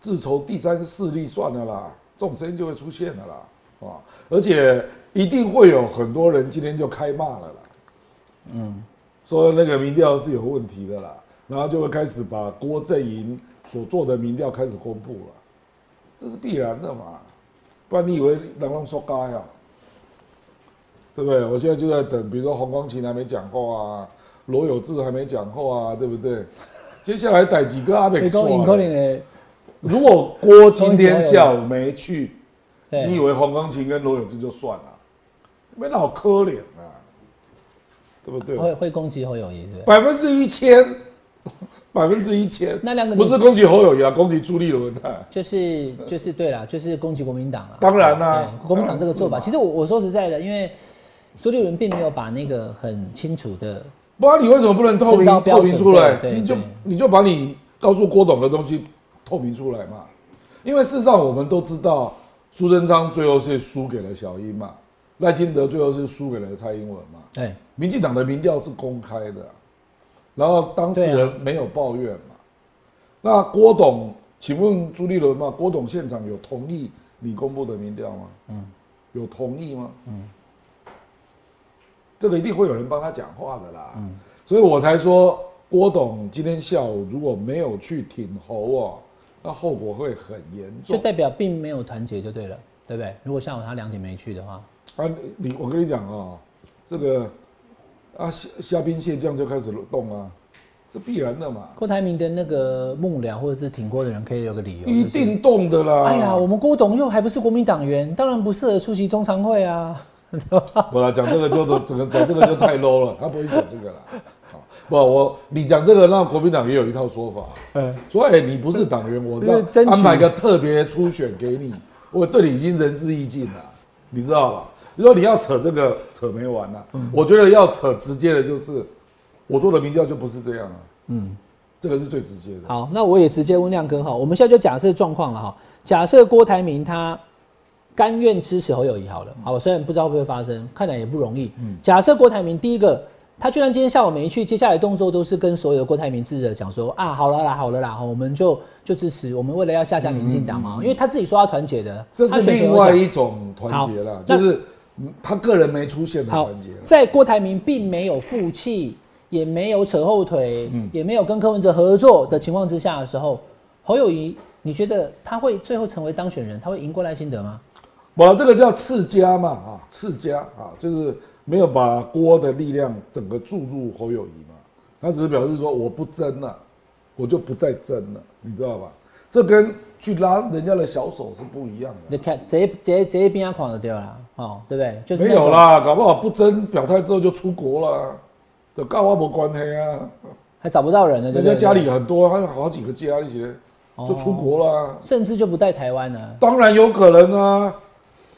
[SPEAKER 3] 自筹第三势力算了啦，这种声音就会出现的啦，啊，而且一定会有很多人今天就开骂了啦，嗯，说那个民调是有问题的啦，然后就会开始把郭阵营所做的民调开始公布了，这是必然的嘛，不然你以为能弄说嘎呀？哦对不对？我现在就在等，比如说黄光琴还没讲后啊，罗有志还没讲后啊，对不对？接下来逮几个阿北
[SPEAKER 2] 你
[SPEAKER 3] 说
[SPEAKER 2] 讲尹
[SPEAKER 3] 啊
[SPEAKER 2] 柯林的，
[SPEAKER 3] 如果郭今天下午没去，你以
[SPEAKER 2] 对，
[SPEAKER 3] 为黄光琴跟罗有志就算了？没那好可怜啊，对不
[SPEAKER 2] 会
[SPEAKER 3] 对？
[SPEAKER 2] 会攻击侯友谊是不是？
[SPEAKER 3] 百分之一千，百分之一千，
[SPEAKER 2] 那两个
[SPEAKER 3] 不是攻击侯友谊啊，攻击朱立伦啊。
[SPEAKER 2] 就是就是对啦，就是攻击国民党了。
[SPEAKER 3] 当然啦
[SPEAKER 2] 对哎国民党这个做法，
[SPEAKER 3] 当然是嘛啊
[SPEAKER 2] 其实我我说实在的，因为朱立伦并没有把那个很清楚的
[SPEAKER 3] 不然你为什么不能透
[SPEAKER 2] 征召
[SPEAKER 3] 明
[SPEAKER 2] 标
[SPEAKER 3] 透
[SPEAKER 2] 准
[SPEAKER 3] 明出来？
[SPEAKER 2] 对对
[SPEAKER 3] 你就
[SPEAKER 2] 对
[SPEAKER 3] 你就把你告诉郭董的东西透明出来嘛。因为事实上我们都知道，苏贞昌最后是输给了小英嘛，赖清德最后是输给了蔡英文嘛。
[SPEAKER 2] 对
[SPEAKER 3] 民进党的民调是公开的，然后当事
[SPEAKER 2] 对
[SPEAKER 3] 人
[SPEAKER 2] 啊
[SPEAKER 3] 没有抱怨嘛。那郭董，请问朱立伦嘛？郭董现场有同意你公布的民调吗？嗯，有同意吗？嗯，这个一定会有人帮他讲话的啦。嗯，所以我才说郭董今天下午如果没有去挺侯哦，那后果会很严
[SPEAKER 2] 就
[SPEAKER 3] 重。
[SPEAKER 2] 代表并没有团结就对了，对不对？如果像我他两点没去的话，
[SPEAKER 3] 啊，你哦我跟你讲啊、这个啊虾虾兵蟹将就开始动啊，这必然的嘛，
[SPEAKER 2] 郭台铭的那个幕僚或者是挺郭的人，可以有个理由，
[SPEAKER 3] 一
[SPEAKER 2] 就是
[SPEAKER 3] 定动的啦。
[SPEAKER 2] 哎呀，我们郭董又还不是国民党员，当然不适合出席中常会啊。
[SPEAKER 3] 不啦，讲这个就都 整个讲这个就太 low 了，他不会讲这个啦。 好，不，我你讲这个，那国民党也有一套说法，
[SPEAKER 2] 嗯
[SPEAKER 3] 说哎、你不是党员，我这
[SPEAKER 2] 就是争
[SPEAKER 3] 样
[SPEAKER 2] 取
[SPEAKER 3] 安排个特别初选给你，我对你已经仁至义尽了，你知道吧？你说你要扯这个扯没完呐、
[SPEAKER 2] 嗯
[SPEAKER 3] 我觉得要扯直接的就是，我做的民调就不是这样啊，嗯，这个是最直接的。
[SPEAKER 2] 好，那我也直接问亮哥哈，我们现在就假设状况了哈，假设郭台铭他甘愿支持侯友谊好了，好，我虽然不知道会不会发生，看来也不容易。假设郭台铭第一个，他居然今天下午没去，接下来动作都是跟所有的郭台铭支持者讲说啊，好了啦，好了啦，哈我们就就支持，我们为了要下架民进党嘛，因为他自己说要团结的，
[SPEAKER 3] 这
[SPEAKER 2] 他
[SPEAKER 3] 是
[SPEAKER 2] 选前
[SPEAKER 3] 另
[SPEAKER 2] 有讲
[SPEAKER 3] 外一种团结啦
[SPEAKER 2] 好，
[SPEAKER 3] 就是嗯他个人没出现的
[SPEAKER 2] 好
[SPEAKER 3] 团结啦，
[SPEAKER 2] 在郭台铭并没有负气，也没有扯后腿，
[SPEAKER 3] 嗯
[SPEAKER 2] 也没有跟柯文哲合作的情况之下的时候，侯友谊，你觉得他会最后成为当选人，他会赢过赖清德吗？
[SPEAKER 3] 我这个叫次家嘛，啊，次家啊，就是没有把锅的力量整个注入侯友谊嘛，他只是表示说我不争了、我就不再争了，你知道吧？这跟去拉人家的小手是不一样的。
[SPEAKER 2] 你看这这这一边啊垮了掉了，哦，对不对？就是
[SPEAKER 3] 没
[SPEAKER 2] 那种
[SPEAKER 3] 有，啦，搞不好不争表态之后就出国了，这跟我没关系啊。
[SPEAKER 2] 还找不到人了，对
[SPEAKER 3] 人
[SPEAKER 2] 不对
[SPEAKER 3] 家家里很多，他有好几个家一起就出国了啊，
[SPEAKER 2] 甚至就不带台湾了。
[SPEAKER 3] 当然有可能啊。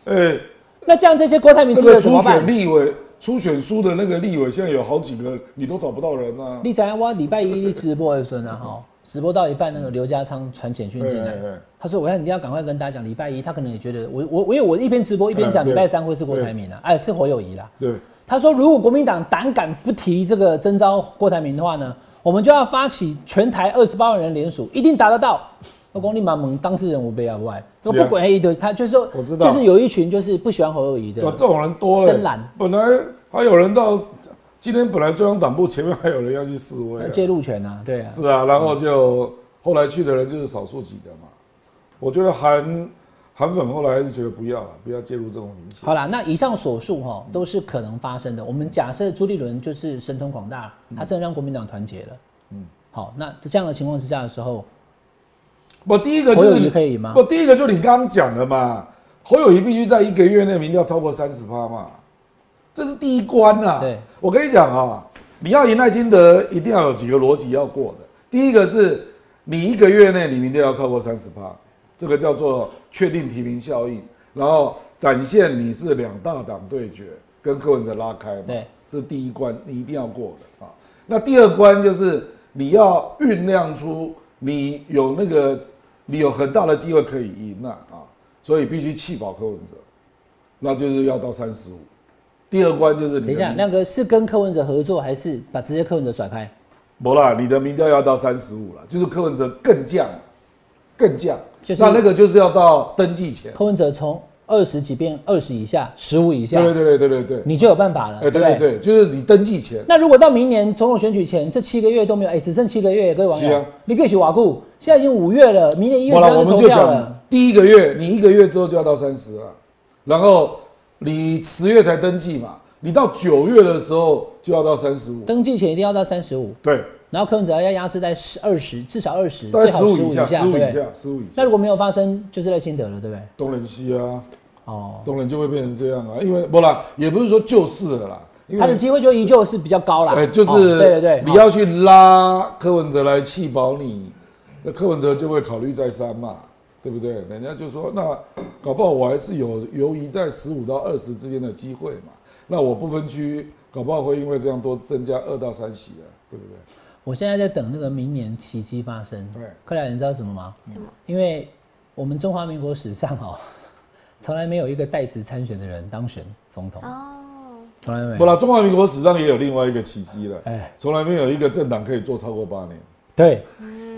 [SPEAKER 3] 哎、
[SPEAKER 2] 那这样这些郭台铭支
[SPEAKER 3] 那
[SPEAKER 2] 持
[SPEAKER 3] 个
[SPEAKER 2] 者怎
[SPEAKER 3] 初
[SPEAKER 2] 么
[SPEAKER 3] 选
[SPEAKER 2] 办？
[SPEAKER 3] 立委、初选输的那个立委，现在有好几个，你都找不到人啊。
[SPEAKER 2] 你在我礼拜一直播的时候呢，哈，直播到一半，那个刘家昌传简讯进来
[SPEAKER 3] 哎哎哎，
[SPEAKER 2] 他说：“我要你一定要赶快跟大家讲，礼拜一他可能也觉得我我我因为我一边直播一边讲，
[SPEAKER 3] 哎对
[SPEAKER 2] 礼拜三会是郭台铭啊，哎是侯友谊啦。
[SPEAKER 3] 对，
[SPEAKER 2] 他说如果国民党胆敢不提这个征召郭台铭的话呢，我们就要发起全台二十八万人联署，一定达得到。”我讲你蛮猛，当事人无悲啊无碍，我不管一堆，他就是说
[SPEAKER 3] 我知，道
[SPEAKER 2] 就是有一群就是不喜欢侯友谊的
[SPEAKER 3] 哇，，这种人多了。
[SPEAKER 2] 深蓝
[SPEAKER 3] 本来还有人到今天，本来中央党部前面还有人要去示威、
[SPEAKER 2] 呃
[SPEAKER 3] 啊，
[SPEAKER 2] 介入权啊，对啊，
[SPEAKER 3] 是啊，然后就后来去的人就是少数几个嘛。我觉得韩韩粉后来还是觉得不要了，不要介入这种明显。
[SPEAKER 2] 好啦，那以上所述哈、都是可能发生的。我们假设朱立伦就是神通广大，
[SPEAKER 3] 嗯
[SPEAKER 2] 他真的让国民党团结了。嗯，好，那这样的情况之下的时候，
[SPEAKER 3] 我第一个就
[SPEAKER 2] 侯友
[SPEAKER 3] 是
[SPEAKER 2] 宜
[SPEAKER 3] 你
[SPEAKER 2] 可以吗
[SPEAKER 3] 不，第一个就你刚刚讲的嘛，侯友谊必须在一个月内民调超过三十趴嘛，这是第一关呐、
[SPEAKER 2] 对
[SPEAKER 3] 我跟你讲啊，你要赢赖清德，一定要有几个逻辑要过的。第一个是你一个月内你民调要超过三十趴，这个叫做确定提名效应，然后展现你是两大党对决，跟柯文哲拉开嘛。
[SPEAKER 2] 对
[SPEAKER 3] 这是第一关你一定要过的啊。那第二关就是你要酝酿出你有那个你有很大的机会可以赢了啊，所以必须气保柯文哲，那就是要到三十五。第二关就是你的
[SPEAKER 2] 等一下，
[SPEAKER 3] 民
[SPEAKER 2] 亮哥是跟柯文哲合作，还是把直接柯文哲甩开？
[SPEAKER 3] 不啦，你的民调要到三十五了，就是柯文哲更降，更降，
[SPEAKER 2] 就是
[SPEAKER 3] 那那个就是要到登记前。
[SPEAKER 2] 柯文哲从二十几变二十以下，十五以下，
[SPEAKER 3] 对对对对对对，
[SPEAKER 2] 你就有办法了，对
[SPEAKER 3] 哎
[SPEAKER 2] 不
[SPEAKER 3] 对对
[SPEAKER 2] 对？
[SPEAKER 3] 对，就是你登记前。
[SPEAKER 2] 那如果到明年总统选举前这七个月都没有，哎、只剩七个月，各位网
[SPEAKER 3] 是
[SPEAKER 2] 友，
[SPEAKER 3] 啊
[SPEAKER 2] 你可以去瓦固，现在已经五月了，明年一月
[SPEAKER 3] 好
[SPEAKER 2] 十
[SPEAKER 3] 了，
[SPEAKER 2] 号
[SPEAKER 3] 我
[SPEAKER 2] 就
[SPEAKER 3] 们
[SPEAKER 2] 投
[SPEAKER 3] 就
[SPEAKER 2] 票了
[SPEAKER 3] 讲。第一个月，你一个月之后就要到三十了，然后你十月才登记嘛，你到九月的时候就要到三十五，
[SPEAKER 2] 登记前一定要到三十五，
[SPEAKER 3] 对，
[SPEAKER 2] 然后柯文哲要压制在十二十，至少二十，
[SPEAKER 3] 大概
[SPEAKER 2] 最
[SPEAKER 3] 十
[SPEAKER 2] 好
[SPEAKER 3] 五
[SPEAKER 2] 十五
[SPEAKER 3] 以下，
[SPEAKER 2] 以下，
[SPEAKER 3] 十
[SPEAKER 2] 对
[SPEAKER 3] 五
[SPEAKER 2] 不
[SPEAKER 3] 以
[SPEAKER 2] 对？
[SPEAKER 3] 下，十五以
[SPEAKER 2] 那
[SPEAKER 3] 下
[SPEAKER 2] 如。果没有发生，就是赖清德了，对不对？
[SPEAKER 3] 东人西啊，
[SPEAKER 2] 哦，
[SPEAKER 3] 东人就会变成这样啊，因为不啦，也不是说就是了啦，因
[SPEAKER 2] 他的
[SPEAKER 3] 为
[SPEAKER 2] 机会就依旧是比较高啦。
[SPEAKER 3] 呃，就是、
[SPEAKER 2] 哦对对对，
[SPEAKER 3] 你
[SPEAKER 2] 哦
[SPEAKER 3] 要去拉柯文哲来气饱你，那柯文哲就会考虑再三嘛，对不对？人家就说，那搞不好我还是有游移在十五到二十之间的机会嘛，那我不分区，搞不好会因为这样多增加二到三席啊，对不对？
[SPEAKER 2] 我现在在等那个明年奇迹发生。
[SPEAKER 3] 对
[SPEAKER 2] 克莱，你知道什么吗？
[SPEAKER 4] 什么
[SPEAKER 2] 因为我们中华民国史上哦， 从来没有一个代职参选的人当选总统，
[SPEAKER 4] 哦，
[SPEAKER 2] 从来没
[SPEAKER 3] 不
[SPEAKER 2] 有。
[SPEAKER 3] 啦，中华民国史上也有另外一个奇迹了，
[SPEAKER 2] 哎
[SPEAKER 3] 从来没有一个政党可以做超过八年，
[SPEAKER 2] 对，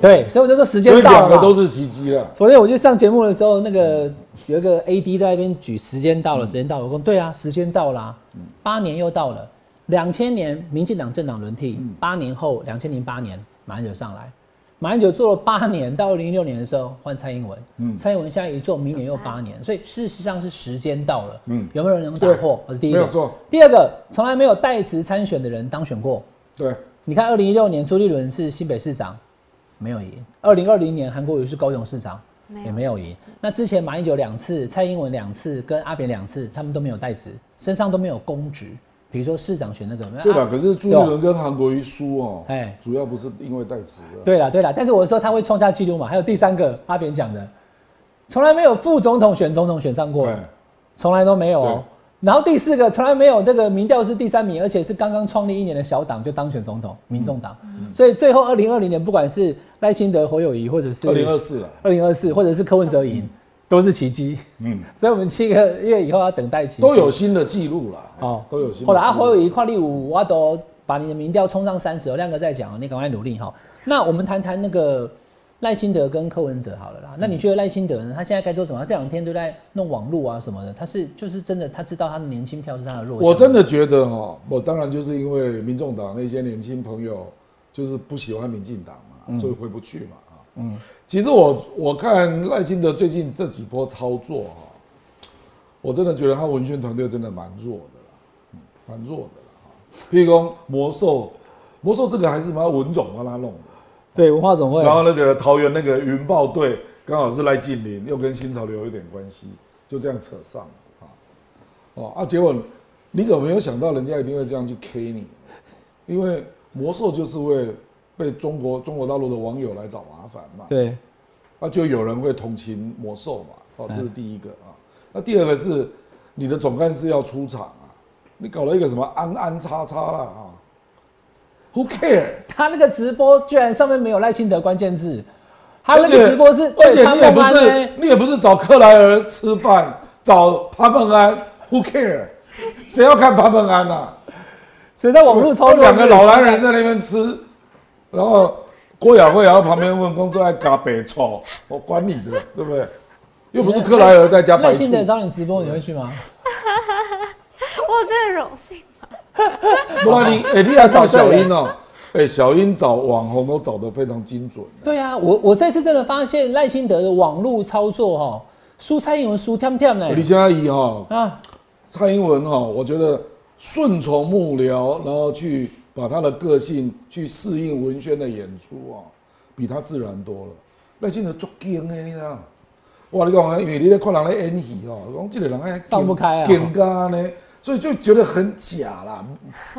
[SPEAKER 2] 对，所以我就说时
[SPEAKER 3] 所以
[SPEAKER 2] 间到
[SPEAKER 3] 两
[SPEAKER 2] 了
[SPEAKER 3] 个
[SPEAKER 2] 嘛。
[SPEAKER 3] 都是奇迹了。
[SPEAKER 2] 昨天我去上节目的时候，那个有一个 AD 在那边举时间到了，时间到了。我说对啊，时间到了啊、八年又到了。两千年民进党政党轮替，
[SPEAKER 3] 嗯
[SPEAKER 2] 八年后两千零八年马英九上来，马英九做了八年，到二零一六年的时候换蔡英文，
[SPEAKER 3] 嗯
[SPEAKER 2] 蔡英文现在一做，明年又八年，所以事实上是时间到了。
[SPEAKER 3] 嗯
[SPEAKER 2] 有没有人能打破？这是第一
[SPEAKER 3] 没
[SPEAKER 2] 个
[SPEAKER 3] 有错。
[SPEAKER 2] 第二个，从来没有代职参选的人当选过，
[SPEAKER 3] 对，
[SPEAKER 2] 你看，二零一六年朱立伦是新北市长，没有赢；二零二零年韩国瑜是高雄市长，
[SPEAKER 4] 没有
[SPEAKER 2] 也没有赢。那之前马英九两次，蔡英文两次，跟阿扁两次，他们都没有代职，身上都没有公职。比如说市长选那个，
[SPEAKER 3] 对
[SPEAKER 2] 啊
[SPEAKER 3] 了，可是朱立伦跟韩国瑜输哦，
[SPEAKER 2] 哎
[SPEAKER 3] 主要不是因为代词啊，
[SPEAKER 2] 对了对了，但是我说他会创下纪录嘛。还有第三个阿扁讲的，从来没有副总统选总统选上过，
[SPEAKER 3] 哎
[SPEAKER 2] 从来都没有
[SPEAKER 3] 对
[SPEAKER 2] 哦。然后第四个，从来没有这个民调是第三名，而且是刚刚创立一年的小党就当选总统，民众党。
[SPEAKER 3] 嗯
[SPEAKER 2] 所以最后二零二零年，不管是赖清德、侯友谊，或者是
[SPEAKER 3] 二零二四啊了，
[SPEAKER 2] 二零二四，或者是柯文哲赢，都是奇迹。
[SPEAKER 3] 嗯，
[SPEAKER 2] 所以我们七个月以后要等待奇迹。
[SPEAKER 3] 都有新的记录了，
[SPEAKER 2] 哦
[SPEAKER 3] 哦，都有新的记录。
[SPEAKER 2] 后来阿侯友谊跨立五，我都把你的民调冲上三十，亮哥在讲哦，你赶快努力哈。那我们谈谈那个赖清德跟柯文哲好了啦。那你觉得赖清德呢？他现在该做什么？他这两天都在弄网络啊什么的，他是就是真的，他知道他的年轻票是他的弱项。
[SPEAKER 3] 我真的觉得哈、哦我当然就是因为民众党那些年轻朋友就是不喜欢民进党嘛，所以回不去嘛啊。嗯，其实我我看赖清德最近这几波操作哈、我真的觉得他文宣团队真的蛮弱的啦，嗯蛮弱的啦啊。譬如说魔兽，魔兽这个还是蛮文总帮他弄的。
[SPEAKER 2] 对文化总会
[SPEAKER 3] 然后那个桃园那个云豹队刚好是赖静林，又跟新潮流有点关系，就这样扯上了啊。哦啊，结果你怎么没有想到人家一定会这样去 K 你？因为魔兽就是会被中国中国大陆的网友来找麻烦嘛。
[SPEAKER 2] 对
[SPEAKER 3] 那就有人会同情魔兽嘛。哦，
[SPEAKER 2] 哎
[SPEAKER 3] 这是第一个啊。那第二个是你的总干事要出场啊，你搞了一个什么安安叉叉啦啊，Who care？
[SPEAKER 2] 他那个直播居然上面没有赖清德关键字，他
[SPEAKER 3] 而
[SPEAKER 2] 那
[SPEAKER 3] 且
[SPEAKER 2] 个直播是
[SPEAKER 3] 而
[SPEAKER 2] 对
[SPEAKER 3] 且
[SPEAKER 2] 潘
[SPEAKER 3] 你也
[SPEAKER 2] 孟
[SPEAKER 3] 不
[SPEAKER 2] 安
[SPEAKER 3] 是
[SPEAKER 2] 呢
[SPEAKER 3] 你也不是找克莱尔吃饭，找潘孟安，Who care？谁要看潘孟安呐、啊？
[SPEAKER 2] 所以在网络操作
[SPEAKER 3] 两个老男人在那边吃，然后郭雅慧然后旁边问工作在嘎北丑，我管你的，对不对？又不是克莱尔在家
[SPEAKER 2] 赖
[SPEAKER 3] 白醋
[SPEAKER 2] 清，德找你直播，你会去吗？
[SPEAKER 4] 我真的荣幸。
[SPEAKER 3] 不然你哎、你还找小英哦、哎、小英找网红都找得非常精准。
[SPEAKER 2] 对啊，我我这次真的发现赖清德的网络操作哈、输蔡英文输跳跳呢
[SPEAKER 3] 李佳怡哈，
[SPEAKER 2] 啊，
[SPEAKER 3] 蔡英文哈、我觉得顺从幕僚，然后去把他的个性去适应文宣的演出啊、比他自然多了。赖清德足惊的，你知道？哇，你讲啊，因为你咧看人咧演戏哦，讲这个人哎，
[SPEAKER 2] 放不开啊
[SPEAKER 3] 惊咖呢，所以就觉得很假啦，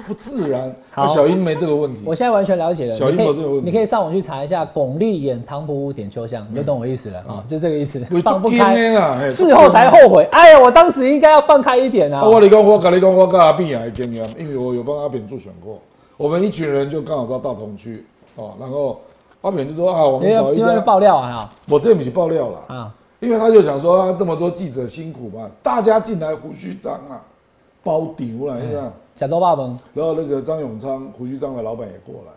[SPEAKER 3] 不自然。
[SPEAKER 2] 好
[SPEAKER 3] 那小英没这个问题，
[SPEAKER 2] 我现在完全了解了。
[SPEAKER 3] 小
[SPEAKER 2] 你
[SPEAKER 3] 英
[SPEAKER 2] 可
[SPEAKER 3] 有这个
[SPEAKER 2] 以
[SPEAKER 3] 问题
[SPEAKER 2] 你可以上网去查一下巩俐演《唐伯虎点秋香》，你就懂我意思了啊、就这个意思
[SPEAKER 3] 我，
[SPEAKER 2] 放不
[SPEAKER 3] 嗯就惊的啦
[SPEAKER 2] 开，
[SPEAKER 3] 嘿
[SPEAKER 2] 事后才后悔，哎呀，我当时应该要放开一点啊
[SPEAKER 3] 啊，。我跟你讲，我跟你讲，我跟阿扁也还经验，因为我有帮阿扁助选过。我们一群人就刚好到大同区哦，然后阿扁就说啊，我
[SPEAKER 2] 因
[SPEAKER 3] 们找
[SPEAKER 2] 为
[SPEAKER 3] 一
[SPEAKER 2] 今天
[SPEAKER 3] 家，
[SPEAKER 2] 爆料啊
[SPEAKER 3] 我这笔爆料了，
[SPEAKER 2] 啊，
[SPEAKER 3] 因为他就想说啊，这么多记者辛苦嘛，大家进来胡须张啊，包丢了，这样。
[SPEAKER 2] 小周爸爸，
[SPEAKER 3] 然后那个张永昌胡须张的老板也过来，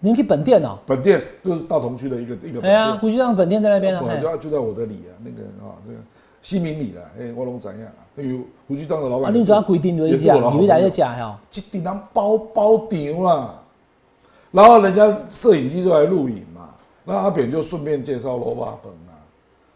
[SPEAKER 2] 您去本店哦、
[SPEAKER 3] 本店就是大同区的一个一个本
[SPEAKER 2] 哎呀，
[SPEAKER 3] 店，
[SPEAKER 2] 胡须章本店在那边啊。
[SPEAKER 3] 本来
[SPEAKER 2] 哎
[SPEAKER 3] 就就在我的里啊，那个啊，这个西明里了，哎，我拢怎样啊？因为胡须张的老
[SPEAKER 2] 啊，
[SPEAKER 3] 板也
[SPEAKER 2] 你
[SPEAKER 3] 是，
[SPEAKER 2] 主要规定就是
[SPEAKER 3] 也是
[SPEAKER 2] 这
[SPEAKER 3] 我的
[SPEAKER 2] 样，
[SPEAKER 3] 好
[SPEAKER 2] 你未来
[SPEAKER 3] 朋
[SPEAKER 2] 就
[SPEAKER 3] 友
[SPEAKER 2] 假哦哈。
[SPEAKER 3] 一顶人包包场啦，然后人家摄影机就来录影嘛，那阿扁就顺便介绍罗巴本啊，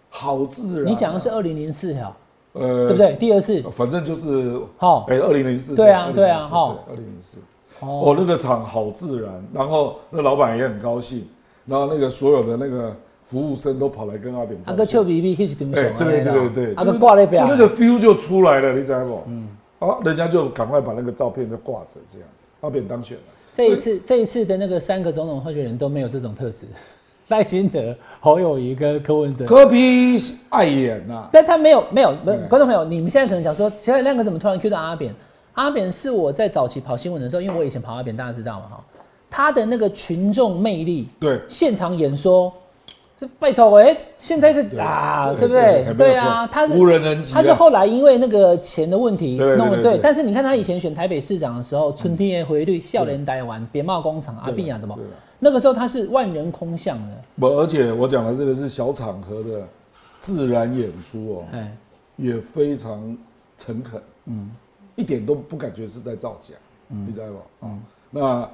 [SPEAKER 3] 好自然啊、哦
[SPEAKER 2] 你讲的是二零零四哈，
[SPEAKER 3] 呃
[SPEAKER 2] 对不？对？第二次
[SPEAKER 3] 反正就是
[SPEAKER 2] 好
[SPEAKER 3] 哎，二零零四
[SPEAKER 2] 对啊对啊齁
[SPEAKER 3] 二零零四，
[SPEAKER 2] 哦，
[SPEAKER 3] 哦，那个场好自然，然后那老板也很高兴，然后那个所有的那个服务生都跑来跟阿扁
[SPEAKER 2] 阿
[SPEAKER 3] 照
[SPEAKER 2] 哥
[SPEAKER 3] 相
[SPEAKER 2] 啊笑，眯眯去一顶
[SPEAKER 3] 哎，
[SPEAKER 2] 上，
[SPEAKER 3] 对对对对，
[SPEAKER 2] 阿哥
[SPEAKER 3] 就是
[SPEAKER 2] 啊挂那边
[SPEAKER 3] 就那个 feel 就出来了，你知道不？嗯，啊，人家就赶快把那个照片就挂着，这样阿扁当选了。
[SPEAKER 2] 这一次这一次的那个三个总统候选人都没有这种特质， 赖清德、侯友谊跟柯文哲。
[SPEAKER 3] 柯批碍眼呐、
[SPEAKER 2] 但他没有没有，没有
[SPEAKER 3] 对
[SPEAKER 2] 观众朋友，你们现在可能想说，其他两个怎么突然 Q 到阿扁？阿扁是我在早期跑新闻的时候，因为我以前跑阿扁，大家知道嘛哈，他的那个群众魅力，
[SPEAKER 3] 对
[SPEAKER 2] 现场演说，拜托喂，现在是啊，
[SPEAKER 3] 是
[SPEAKER 2] 对不对？
[SPEAKER 3] 还没有
[SPEAKER 2] 对啊，
[SPEAKER 3] 错
[SPEAKER 2] 他是
[SPEAKER 3] 无人能及、啊，
[SPEAKER 2] 他是后来因为那个钱的问题
[SPEAKER 3] 对对对
[SPEAKER 2] 弄了
[SPEAKER 3] 对对
[SPEAKER 2] 对，但是你看他以前选台北市长的时候，春天也回绿，笑脸台湾，别骂工厂，阿
[SPEAKER 3] 对啊
[SPEAKER 2] 碧亚的嘛
[SPEAKER 3] 对了，
[SPEAKER 2] 那个时候他是万人空巷的，
[SPEAKER 3] 不，而且我讲的这个是小场合的自然演出哦，
[SPEAKER 2] 哎，
[SPEAKER 3] 也非常诚恳，嗯，一点都不感觉是在造假，你知道吧？嗯，那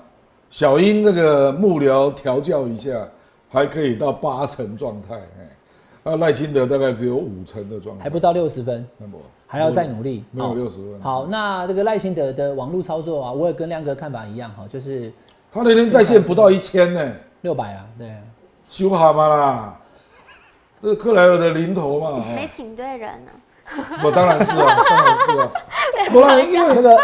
[SPEAKER 3] 小英这个幕僚调教一下，还可以到八成状态，哎，那赖清德大概只有五成的状态，
[SPEAKER 2] 还不到六十分，
[SPEAKER 3] 那么
[SPEAKER 2] 还要再努力。
[SPEAKER 3] 没有
[SPEAKER 2] 好
[SPEAKER 3] 60分
[SPEAKER 2] 好，那这个赖清德的网络操作啊，我也跟亮哥看法一样哈，就是
[SPEAKER 3] 他那天在线不到一千呢，
[SPEAKER 2] 六百啊，对啊，
[SPEAKER 3] 修好嘛啦，这是克莱尔的零头嘛，
[SPEAKER 4] 没
[SPEAKER 3] 哦
[SPEAKER 4] 请对人啊呢、
[SPEAKER 3] 我当然是啊，当然是 啊，不然因为
[SPEAKER 2] 那 个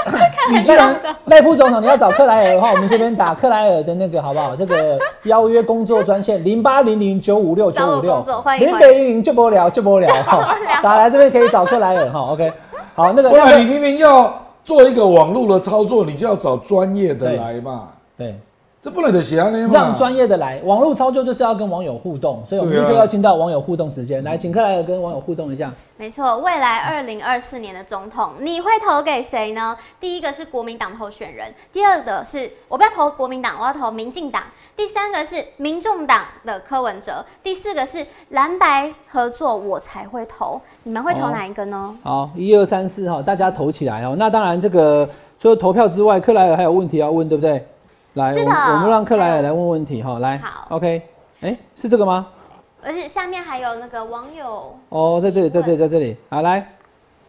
[SPEAKER 2] 你既然赖副总统你要找克莱尔的话，我们这边打克莱尔的那个好不好？这个邀约工作专线零八零零九五六
[SPEAKER 4] 找
[SPEAKER 2] 九
[SPEAKER 4] 我
[SPEAKER 2] 五六
[SPEAKER 4] 工作欢，迎
[SPEAKER 2] 林北营就不聊就不聊哈，打来这边可以找克莱尔哈，OK。好， 那个
[SPEAKER 3] 不然你明明要做一个网络的操作，你就要找专业的来嘛，
[SPEAKER 2] 对，
[SPEAKER 3] 这不能得写啊那嘛，
[SPEAKER 2] 让专业的来，网络操作就是要跟网友互动，所以我们立
[SPEAKER 3] 对啊
[SPEAKER 2] 刻要进到网友互动时间，来，请克莱尔跟网友互动一下。
[SPEAKER 4] 没错，未来二零二四年的总统，你会投给谁呢？第一个是国民党的候选人，第二个是我不要投国民党，我要投民进党，第三个是民众党的柯文哲，第四个是蓝白合作，我才会投。你们会投
[SPEAKER 2] 哦
[SPEAKER 4] 哪一个呢？
[SPEAKER 2] 好，一二三四哈，大家投起来哦。那当然，这个除了投票之外，克莱尔还有问题要问，对不对？来，
[SPEAKER 4] 是
[SPEAKER 2] 我
[SPEAKER 4] 的
[SPEAKER 2] 们我们让克莱尔来问问题哈。来
[SPEAKER 4] 好
[SPEAKER 2] ，OK，哎、是这个吗？
[SPEAKER 4] 而且下面还有那个网友，
[SPEAKER 2] 哦，在这里，在这里，在这里。好，来，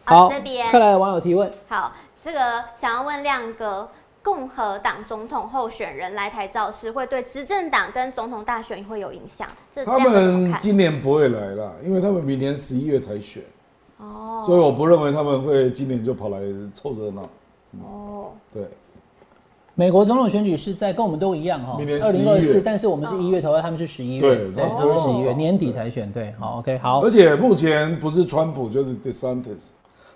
[SPEAKER 4] 啊
[SPEAKER 2] 好，
[SPEAKER 4] 这边
[SPEAKER 2] 克莱尔网友提问，
[SPEAKER 4] 好，这个想要问亮哥，共和党总统候选人来台造势，会对执政党跟总统大选会有影响？这
[SPEAKER 3] 他
[SPEAKER 4] 亮哥怎么
[SPEAKER 3] 们
[SPEAKER 4] 看
[SPEAKER 3] 今年不会来啦，因为他们明年十一月才选，
[SPEAKER 4] 哦
[SPEAKER 3] 所以我不认为他们会今年就跑来凑热闹。
[SPEAKER 4] 哦，
[SPEAKER 3] 对，
[SPEAKER 2] 美国总统选举是在跟我们都一样哈
[SPEAKER 3] 明年，
[SPEAKER 2] 二零二
[SPEAKER 3] 11
[SPEAKER 2] 四
[SPEAKER 3] 月，
[SPEAKER 2] 但是我们
[SPEAKER 4] 哦
[SPEAKER 2] 是一月投票，他们是十一月，
[SPEAKER 3] 对
[SPEAKER 2] 对，
[SPEAKER 3] 他
[SPEAKER 2] 他
[SPEAKER 3] 们
[SPEAKER 2] 们是一
[SPEAKER 3] 是
[SPEAKER 2] 月
[SPEAKER 3] 早
[SPEAKER 2] 年底才选，对，好，OK，好
[SPEAKER 3] 而，且目前不是川普就是 DeSantis，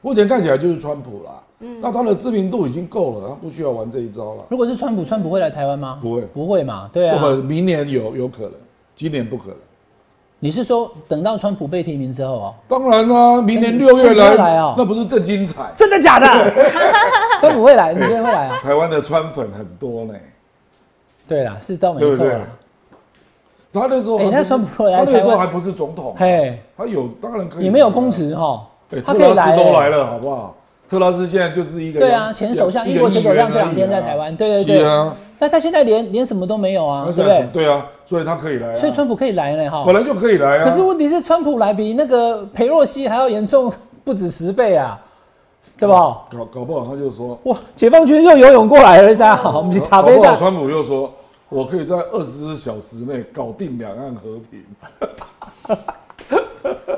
[SPEAKER 3] 目前看起来就是川普啦。
[SPEAKER 2] 嗯
[SPEAKER 3] 那他的知名度已经够了，他不需要玩这一招了。
[SPEAKER 2] 如果是川普，川普会来台湾吗？
[SPEAKER 3] 不会
[SPEAKER 2] 不会嘛，对
[SPEAKER 3] 我
[SPEAKER 2] 啊。
[SPEAKER 3] 们明年有有可能，今年不可能。
[SPEAKER 2] 你是说等到川普被提名之后哦？
[SPEAKER 3] 当然啦、明年
[SPEAKER 2] 哎
[SPEAKER 3] 六月来
[SPEAKER 2] 六月来哦
[SPEAKER 3] 那不是正精彩。
[SPEAKER 2] 真的假的？ 川普会来，你今天会来啊？
[SPEAKER 3] 台湾的川粉很多呢，
[SPEAKER 2] 对啦，是倒没
[SPEAKER 3] 对不
[SPEAKER 2] 错
[SPEAKER 3] 对
[SPEAKER 2] 啦。？
[SPEAKER 3] 他那时候还
[SPEAKER 2] 哎
[SPEAKER 3] 不是
[SPEAKER 2] 那川普来
[SPEAKER 3] 他那时
[SPEAKER 2] 台
[SPEAKER 3] 候
[SPEAKER 2] 湾
[SPEAKER 3] 还不是总统，
[SPEAKER 2] 嘿，
[SPEAKER 3] 他有当然可以。啊
[SPEAKER 2] 你们有公职哈
[SPEAKER 3] 对，，
[SPEAKER 2] 他
[SPEAKER 3] 特
[SPEAKER 2] 可以
[SPEAKER 3] 拉
[SPEAKER 2] 来
[SPEAKER 3] 斯都来
[SPEAKER 2] 欸。
[SPEAKER 3] 了，好不好？特拉斯现在就是一个
[SPEAKER 2] 对啊，前首相
[SPEAKER 3] 一
[SPEAKER 2] 英
[SPEAKER 3] 个
[SPEAKER 2] 国前首相这两
[SPEAKER 3] 议员
[SPEAKER 2] 天
[SPEAKER 3] 而已啊
[SPEAKER 2] 在台湾，对对
[SPEAKER 3] 是
[SPEAKER 2] 对。
[SPEAKER 3] 啊，
[SPEAKER 2] 但他现在连连什么都没有啊
[SPEAKER 3] 他，
[SPEAKER 2] 对
[SPEAKER 3] 现
[SPEAKER 2] 不
[SPEAKER 3] 在是
[SPEAKER 2] 对？
[SPEAKER 3] 对啊，所以他可以来啊，
[SPEAKER 2] 所以川普可以来了哈
[SPEAKER 3] 本。来就可以来啊。
[SPEAKER 2] 可是问题是，川普来比那个裴洛西还要严重不止十倍啊，对吧？
[SPEAKER 3] 搞搞不好他就说，
[SPEAKER 2] 哇，解放军又游泳过来了，这样好，我们去
[SPEAKER 3] 哦搞
[SPEAKER 2] 塔贝
[SPEAKER 3] 不好
[SPEAKER 2] 蛋。
[SPEAKER 3] 川普又说，我可以在二十四小时内搞定两岸和平。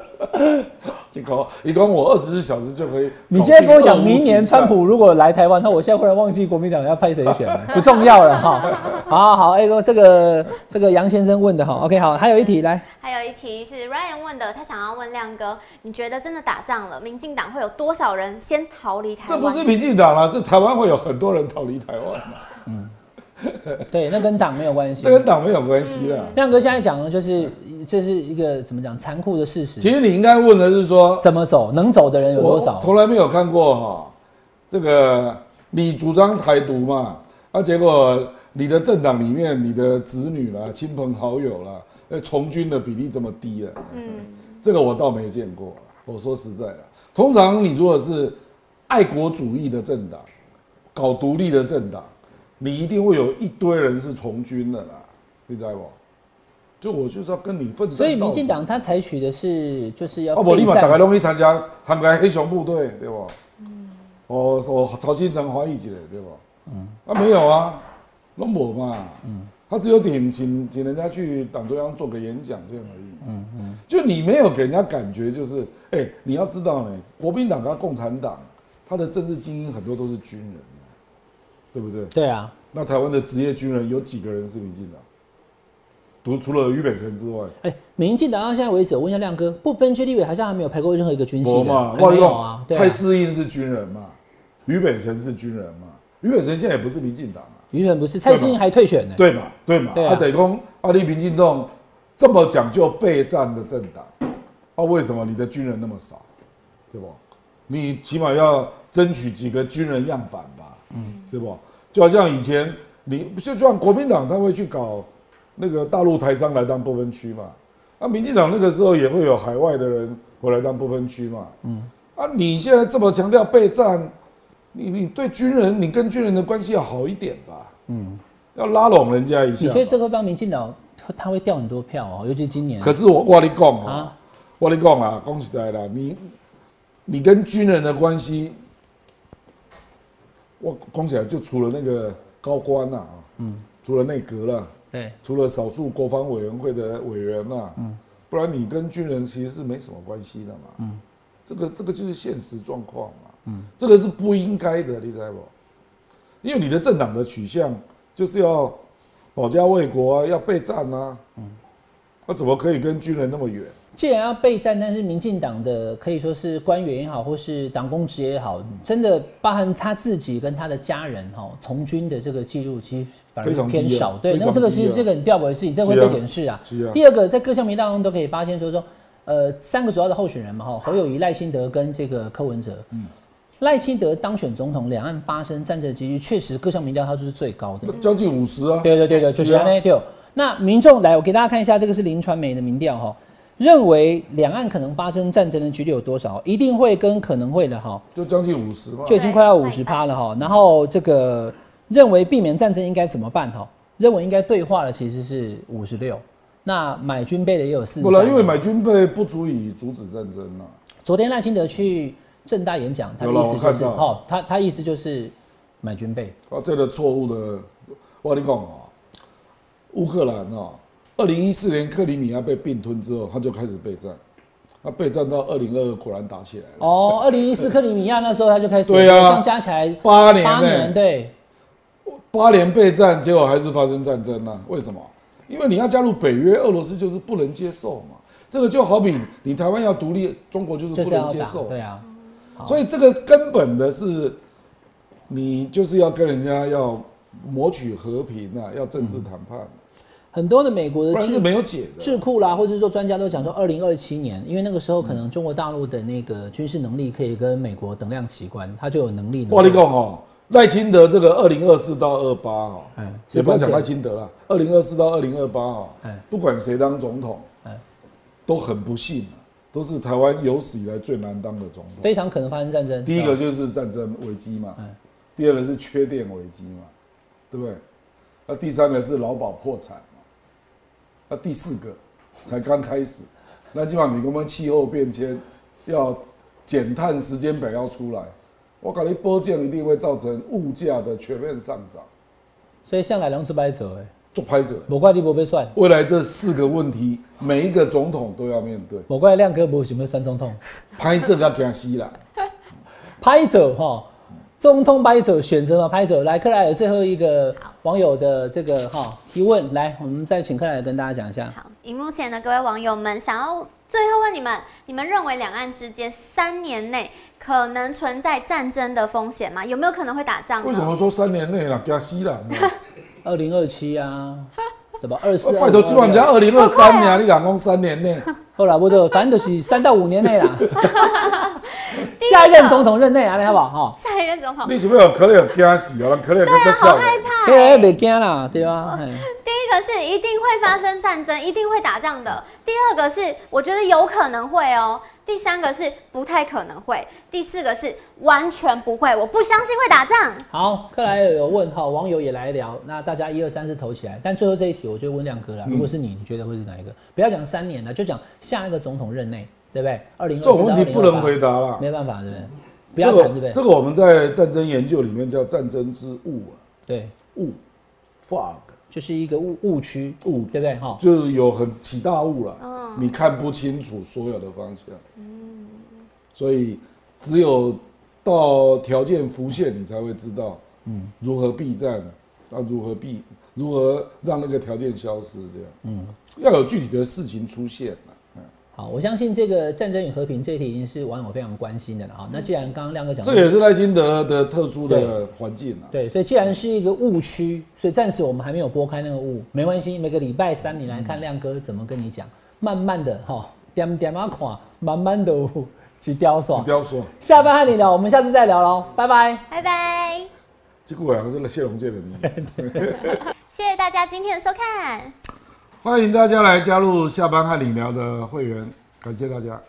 [SPEAKER 3] 你搞，你管我二十四小时就可以搞定俄
[SPEAKER 2] 你
[SPEAKER 3] 乌停战。
[SPEAKER 2] 现在跟我讲，明年川普如果来台湾，那我现在忽然忘记国民党要派谁选了，不重要了哈。好好好，哎、哥，这个这个杨先生问的哈，OK，好，还有一题来，
[SPEAKER 4] 还有一题是 Ryan 问的，他想要问亮哥，你觉得真的打仗了，民进党会有多少人先逃离台湾？
[SPEAKER 3] 这不是民进党啦，是台湾会有很多人逃离台湾啦，
[SPEAKER 2] 对，那跟党没有关系
[SPEAKER 3] 这。跟党没有关系啦。
[SPEAKER 2] 亮哥现在讲的就是这、是一个怎么讲残酷的事
[SPEAKER 3] 其
[SPEAKER 2] 实，
[SPEAKER 3] 实你应该问的是说，
[SPEAKER 2] 怎么走，能走的人有多
[SPEAKER 3] 我
[SPEAKER 2] 少？
[SPEAKER 3] 从来没有看过哈、这个你主张台独嘛，啊，结果你的政党里面，你的子女啦、亲朋好友啦，呃，从军的比例这么低了，啊
[SPEAKER 4] 嗯，
[SPEAKER 3] 这个我倒没见过。啊我说实在的，通常你如果是爱国主义的政党，搞独立的政党，你一定会有一堆人是从军的啦，你知道不？就我就是要跟你奋战到底。
[SPEAKER 2] 所以民进党他采取的是就是要
[SPEAKER 3] 啊，无你
[SPEAKER 2] 备
[SPEAKER 3] 嘛，大家
[SPEAKER 2] 战，
[SPEAKER 3] 拢去参加参加黑熊部队，对不？
[SPEAKER 2] 嗯
[SPEAKER 3] 哦，哦，曹金城怀疑一个，对不？啊，没有啊，拢无嘛。
[SPEAKER 2] 嗯
[SPEAKER 3] 他只有点请请人家去党中央做个演讲这样而已。嗯嗯，就你没有给人家感觉就是，哎、你要知道呢，国民党跟共产党，他的政治精英很多都是军人，对不对？
[SPEAKER 2] 对啊，
[SPEAKER 3] 那台湾的职业军人有几个人是民进党？除除了俞本成之外，
[SPEAKER 2] 哎、民进党到现在为止，我问一下亮哥，不分区立委好像还没有排过任何一个军
[SPEAKER 3] 我
[SPEAKER 2] 系的，
[SPEAKER 3] 嘛，
[SPEAKER 2] 还
[SPEAKER 3] 我
[SPEAKER 2] 没
[SPEAKER 3] 跟你
[SPEAKER 2] 有啊对
[SPEAKER 3] 讲，，蔡
[SPEAKER 2] 啊。
[SPEAKER 3] 思应是军人嘛，俞北辰是军人嘛，俞北辰现在也不是民进党啊，
[SPEAKER 2] 原本不是，蔡
[SPEAKER 3] 对吧
[SPEAKER 2] 适应还退选呢、
[SPEAKER 3] 对嘛，对嘛，
[SPEAKER 2] 对啊
[SPEAKER 3] 啊，等于讲啊，你民进党这么讲究备战的政党，啊，为什么你的军人那么少，对不？你起码要争取几个军人样板吧，嗯，对不？就好像以前你就像国民党他会去搞那个大陆台商来当不分区嘛，啊，民进党那个时候也会有海外的人回来当不分区嘛，嗯，啊，你现在这么强调备战，你你对军人，你跟军人的关系要好一点吧，嗯，要拉拢人家一下
[SPEAKER 2] 你
[SPEAKER 3] 嘛。
[SPEAKER 2] 觉得这个帮民进党他会掉很多票哦，尤其今年。
[SPEAKER 3] 可是我我跟你讲哦、
[SPEAKER 2] 啊
[SPEAKER 3] 我跟你讲啊，讲实在啦，你你跟军人的关系，我讲起来就除了那个高官呐、啊，嗯，除了内阁了，
[SPEAKER 2] 对，
[SPEAKER 3] 除了少数国防委员会的委员呐、不然你跟军人其实是没什么关系的嘛，这个这个就是现实状况嘛，这个是不应该的，你知道不？因为你的政党的取向就是要保家卫国啊，要备战啊，那、怎么可以跟军人那么远？
[SPEAKER 2] 既然要备战，但是民进党的可以说是官员也好，或是党公职也好，真的包含他自己跟他的家人哈、从军的这个记录，其实反
[SPEAKER 3] 非
[SPEAKER 2] 而
[SPEAKER 3] 常
[SPEAKER 2] 偏
[SPEAKER 3] 低啊
[SPEAKER 2] 少。对，
[SPEAKER 3] 非常
[SPEAKER 2] 那这个其
[SPEAKER 3] 低
[SPEAKER 2] 实
[SPEAKER 3] 啊
[SPEAKER 2] 是个很吊诡的事情，这会
[SPEAKER 3] 是啊
[SPEAKER 2] 被检视啊。
[SPEAKER 3] 是啊
[SPEAKER 2] 第二个，在各项民调当中都可以发现说说，呃，三个主要的候选人嘛哈，侯友谊、赖清德跟这个柯文哲。赖清德当选总统，两岸发生战争的几率确实各项民调他就是最高的。
[SPEAKER 3] 将近五十啊，
[SPEAKER 2] 对对对对，就是
[SPEAKER 3] 是啊
[SPEAKER 2] 那对。那民众来，我给大家看一下，这个是林传媒的民调哈，认为两岸可能发生战争的几率有多少？一定会跟可能会的哈，
[SPEAKER 3] 就将近五十嘛，
[SPEAKER 2] 就已经快要
[SPEAKER 4] 对
[SPEAKER 2] 五十趴了哈。然后这个认为避免战争应该怎么办哈？认为应该对话的其实是五十六，那买军备的也有四十。
[SPEAKER 3] 不然因为买军备不足以阻止战争啊。
[SPEAKER 2] 昨天赖清德去正大演讲，他的意
[SPEAKER 3] 有了
[SPEAKER 2] 思
[SPEAKER 3] 我
[SPEAKER 2] 就
[SPEAKER 3] 看
[SPEAKER 2] 是
[SPEAKER 3] 到
[SPEAKER 2] 哦，他他意思就是买军备，
[SPEAKER 3] 啊，这个错误的，我跟你讲啊、乌克兰啊、2二零一四年克里米亚被并吞之后，他就开始备战，他备战到二零二二果然打起来了，
[SPEAKER 2] 哦，二零一四克里米亚那时候他就开始，
[SPEAKER 3] 对啊
[SPEAKER 2] 这样加起来
[SPEAKER 3] 八年、
[SPEAKER 2] 八
[SPEAKER 3] 呢，
[SPEAKER 2] 年，对。
[SPEAKER 3] 八年备战，结果还是发生战争呢、为什么？因为你要加入北约，俄罗斯就是不能接受嘛。这个就好比你台湾要独立，中国就是
[SPEAKER 2] 就
[SPEAKER 3] 不
[SPEAKER 2] 是
[SPEAKER 3] 能
[SPEAKER 2] 要
[SPEAKER 3] 接
[SPEAKER 2] 打，
[SPEAKER 3] 受。
[SPEAKER 2] 对啊，
[SPEAKER 3] 所以这个根本的是，你就是要跟人家要谋取和平啊，要政治
[SPEAKER 2] 嗯
[SPEAKER 3] 谈判，
[SPEAKER 2] 很多的美国
[SPEAKER 3] 不
[SPEAKER 2] 的
[SPEAKER 3] 然是
[SPEAKER 2] 智
[SPEAKER 3] 没有解的。
[SPEAKER 2] 智库啦，或者说专家都讲说，二零二七年，因为那个时候可能中国大陆的那个军事能力可以跟美国等量齐观，他就有能力能够。
[SPEAKER 3] 我跟你讲哦，赖清德这个二零二四到二八哦，
[SPEAKER 2] 嗯
[SPEAKER 3] 也不要讲
[SPEAKER 2] 是关键
[SPEAKER 3] 赖清德了，二零二四到二零二八哦
[SPEAKER 2] 嗯，
[SPEAKER 3] 不管谁当总统
[SPEAKER 2] 嗯，
[SPEAKER 3] 都很不幸啊，都是台湾有史以来最难当的总统。
[SPEAKER 2] 非常可能发生战争。
[SPEAKER 3] 第一个
[SPEAKER 2] 对
[SPEAKER 3] 就是战争危机嘛
[SPEAKER 2] 嗯，
[SPEAKER 3] 第二个是缺电危机嘛，对不对？那第三个是劳保破产嘛，那第四个才刚开始，那今晚你我们气候变迁要减碳时间表要出来，我感觉波件一定会造成物价的全面上涨，
[SPEAKER 2] 所以向来龙之白者，哎，
[SPEAKER 3] 做拍者。
[SPEAKER 2] 某怪力不被算，
[SPEAKER 3] 未来这四个问题，每一个总统都要面对，
[SPEAKER 2] 某怪亮哥不行不算总统，
[SPEAKER 3] 拍这个要给他吸了。
[SPEAKER 2] 拍者哈。总统拍者选择嘛，拍者来克莱尔最后一个网友的这个哈提问，来，我们再请克莱尔跟大家讲一下。
[SPEAKER 4] 好，荧幕前的各位网友们，想要最后问你们，你们认为两岸之间三年内可能存在战争的风险吗？有没有可能会打仗呢？
[SPEAKER 3] 为什么说三年内啦，给他吸了？
[SPEAKER 2] 二零二七啊，对吧？二啊四，
[SPEAKER 3] 呃拜托，今晚人家二零二三年，你敢讲三年内？
[SPEAKER 2] 后来不对，反正就是三到五年内啦。下一任总统任内啊，你好不好？哈、
[SPEAKER 4] 下一任总统
[SPEAKER 3] 你是不是有可能有惊死哦？可能有这
[SPEAKER 4] 好
[SPEAKER 3] 笑的。
[SPEAKER 4] 害怕、
[SPEAKER 2] 对啊，
[SPEAKER 4] 欸。
[SPEAKER 2] 别惊啦，对啊。嘿
[SPEAKER 4] 第一个是一定会发生战争，一定会打仗的；第二个是我觉得有可能会哦；第三个是不太可能会；第四个是完全不会，我不相信会打仗。
[SPEAKER 2] 好，克莱尔有问哈，网友也来聊，那大家一二三四投起来。但最后这一题，我就问亮哥
[SPEAKER 3] 嗯
[SPEAKER 2] 了，如果是你，你觉得会是哪一个？不要讲三年了，就讲下一个总统任内，对不对？二零
[SPEAKER 3] 这
[SPEAKER 2] 二
[SPEAKER 3] 种问题不能回
[SPEAKER 2] 答，
[SPEAKER 3] 答啦。
[SPEAKER 2] 没办法，对不对？不
[SPEAKER 3] 这
[SPEAKER 2] 要
[SPEAKER 3] 个
[SPEAKER 2] 谈，对不
[SPEAKER 3] 这
[SPEAKER 2] 对？
[SPEAKER 3] 个我们在战争研究里面叫战争之误啊，
[SPEAKER 2] 对，
[SPEAKER 3] 误 fog
[SPEAKER 2] 就是一个误误区，
[SPEAKER 3] 误，
[SPEAKER 2] 对不对？哈，
[SPEAKER 3] 就是有很起大雾了
[SPEAKER 4] 嗯，
[SPEAKER 3] 你看不清楚所有的方向。所以只有到条件浮现，你才会知道，嗯，如何避战，啊，如何避，如何让那个条件消失，这样，嗯，要有具体的事情出现啊
[SPEAKER 2] 好，我相信这个战争与和平这一题已经是网友非常关心的了哈。那既然刚刚亮哥讲到，
[SPEAKER 3] 这也是赖清德的特殊的环境啊。
[SPEAKER 2] 对，所以既然是一个误区，所以暂时我们还没有拨开那个雾，没关系。每个礼拜三你来看亮哥怎么跟你讲，慢慢的哈，点点啊看，慢慢的几雕
[SPEAKER 3] 只
[SPEAKER 2] 爽。
[SPEAKER 3] 雕说，
[SPEAKER 2] 下班和你聊，我们下次再聊喽，拜拜。
[SPEAKER 4] 拜拜，
[SPEAKER 3] 这个好像是谢龙介的名言。
[SPEAKER 4] 谢谢大家今天的收看。
[SPEAKER 3] 欢迎大家来加入下班和你聊的会员，感谢大家。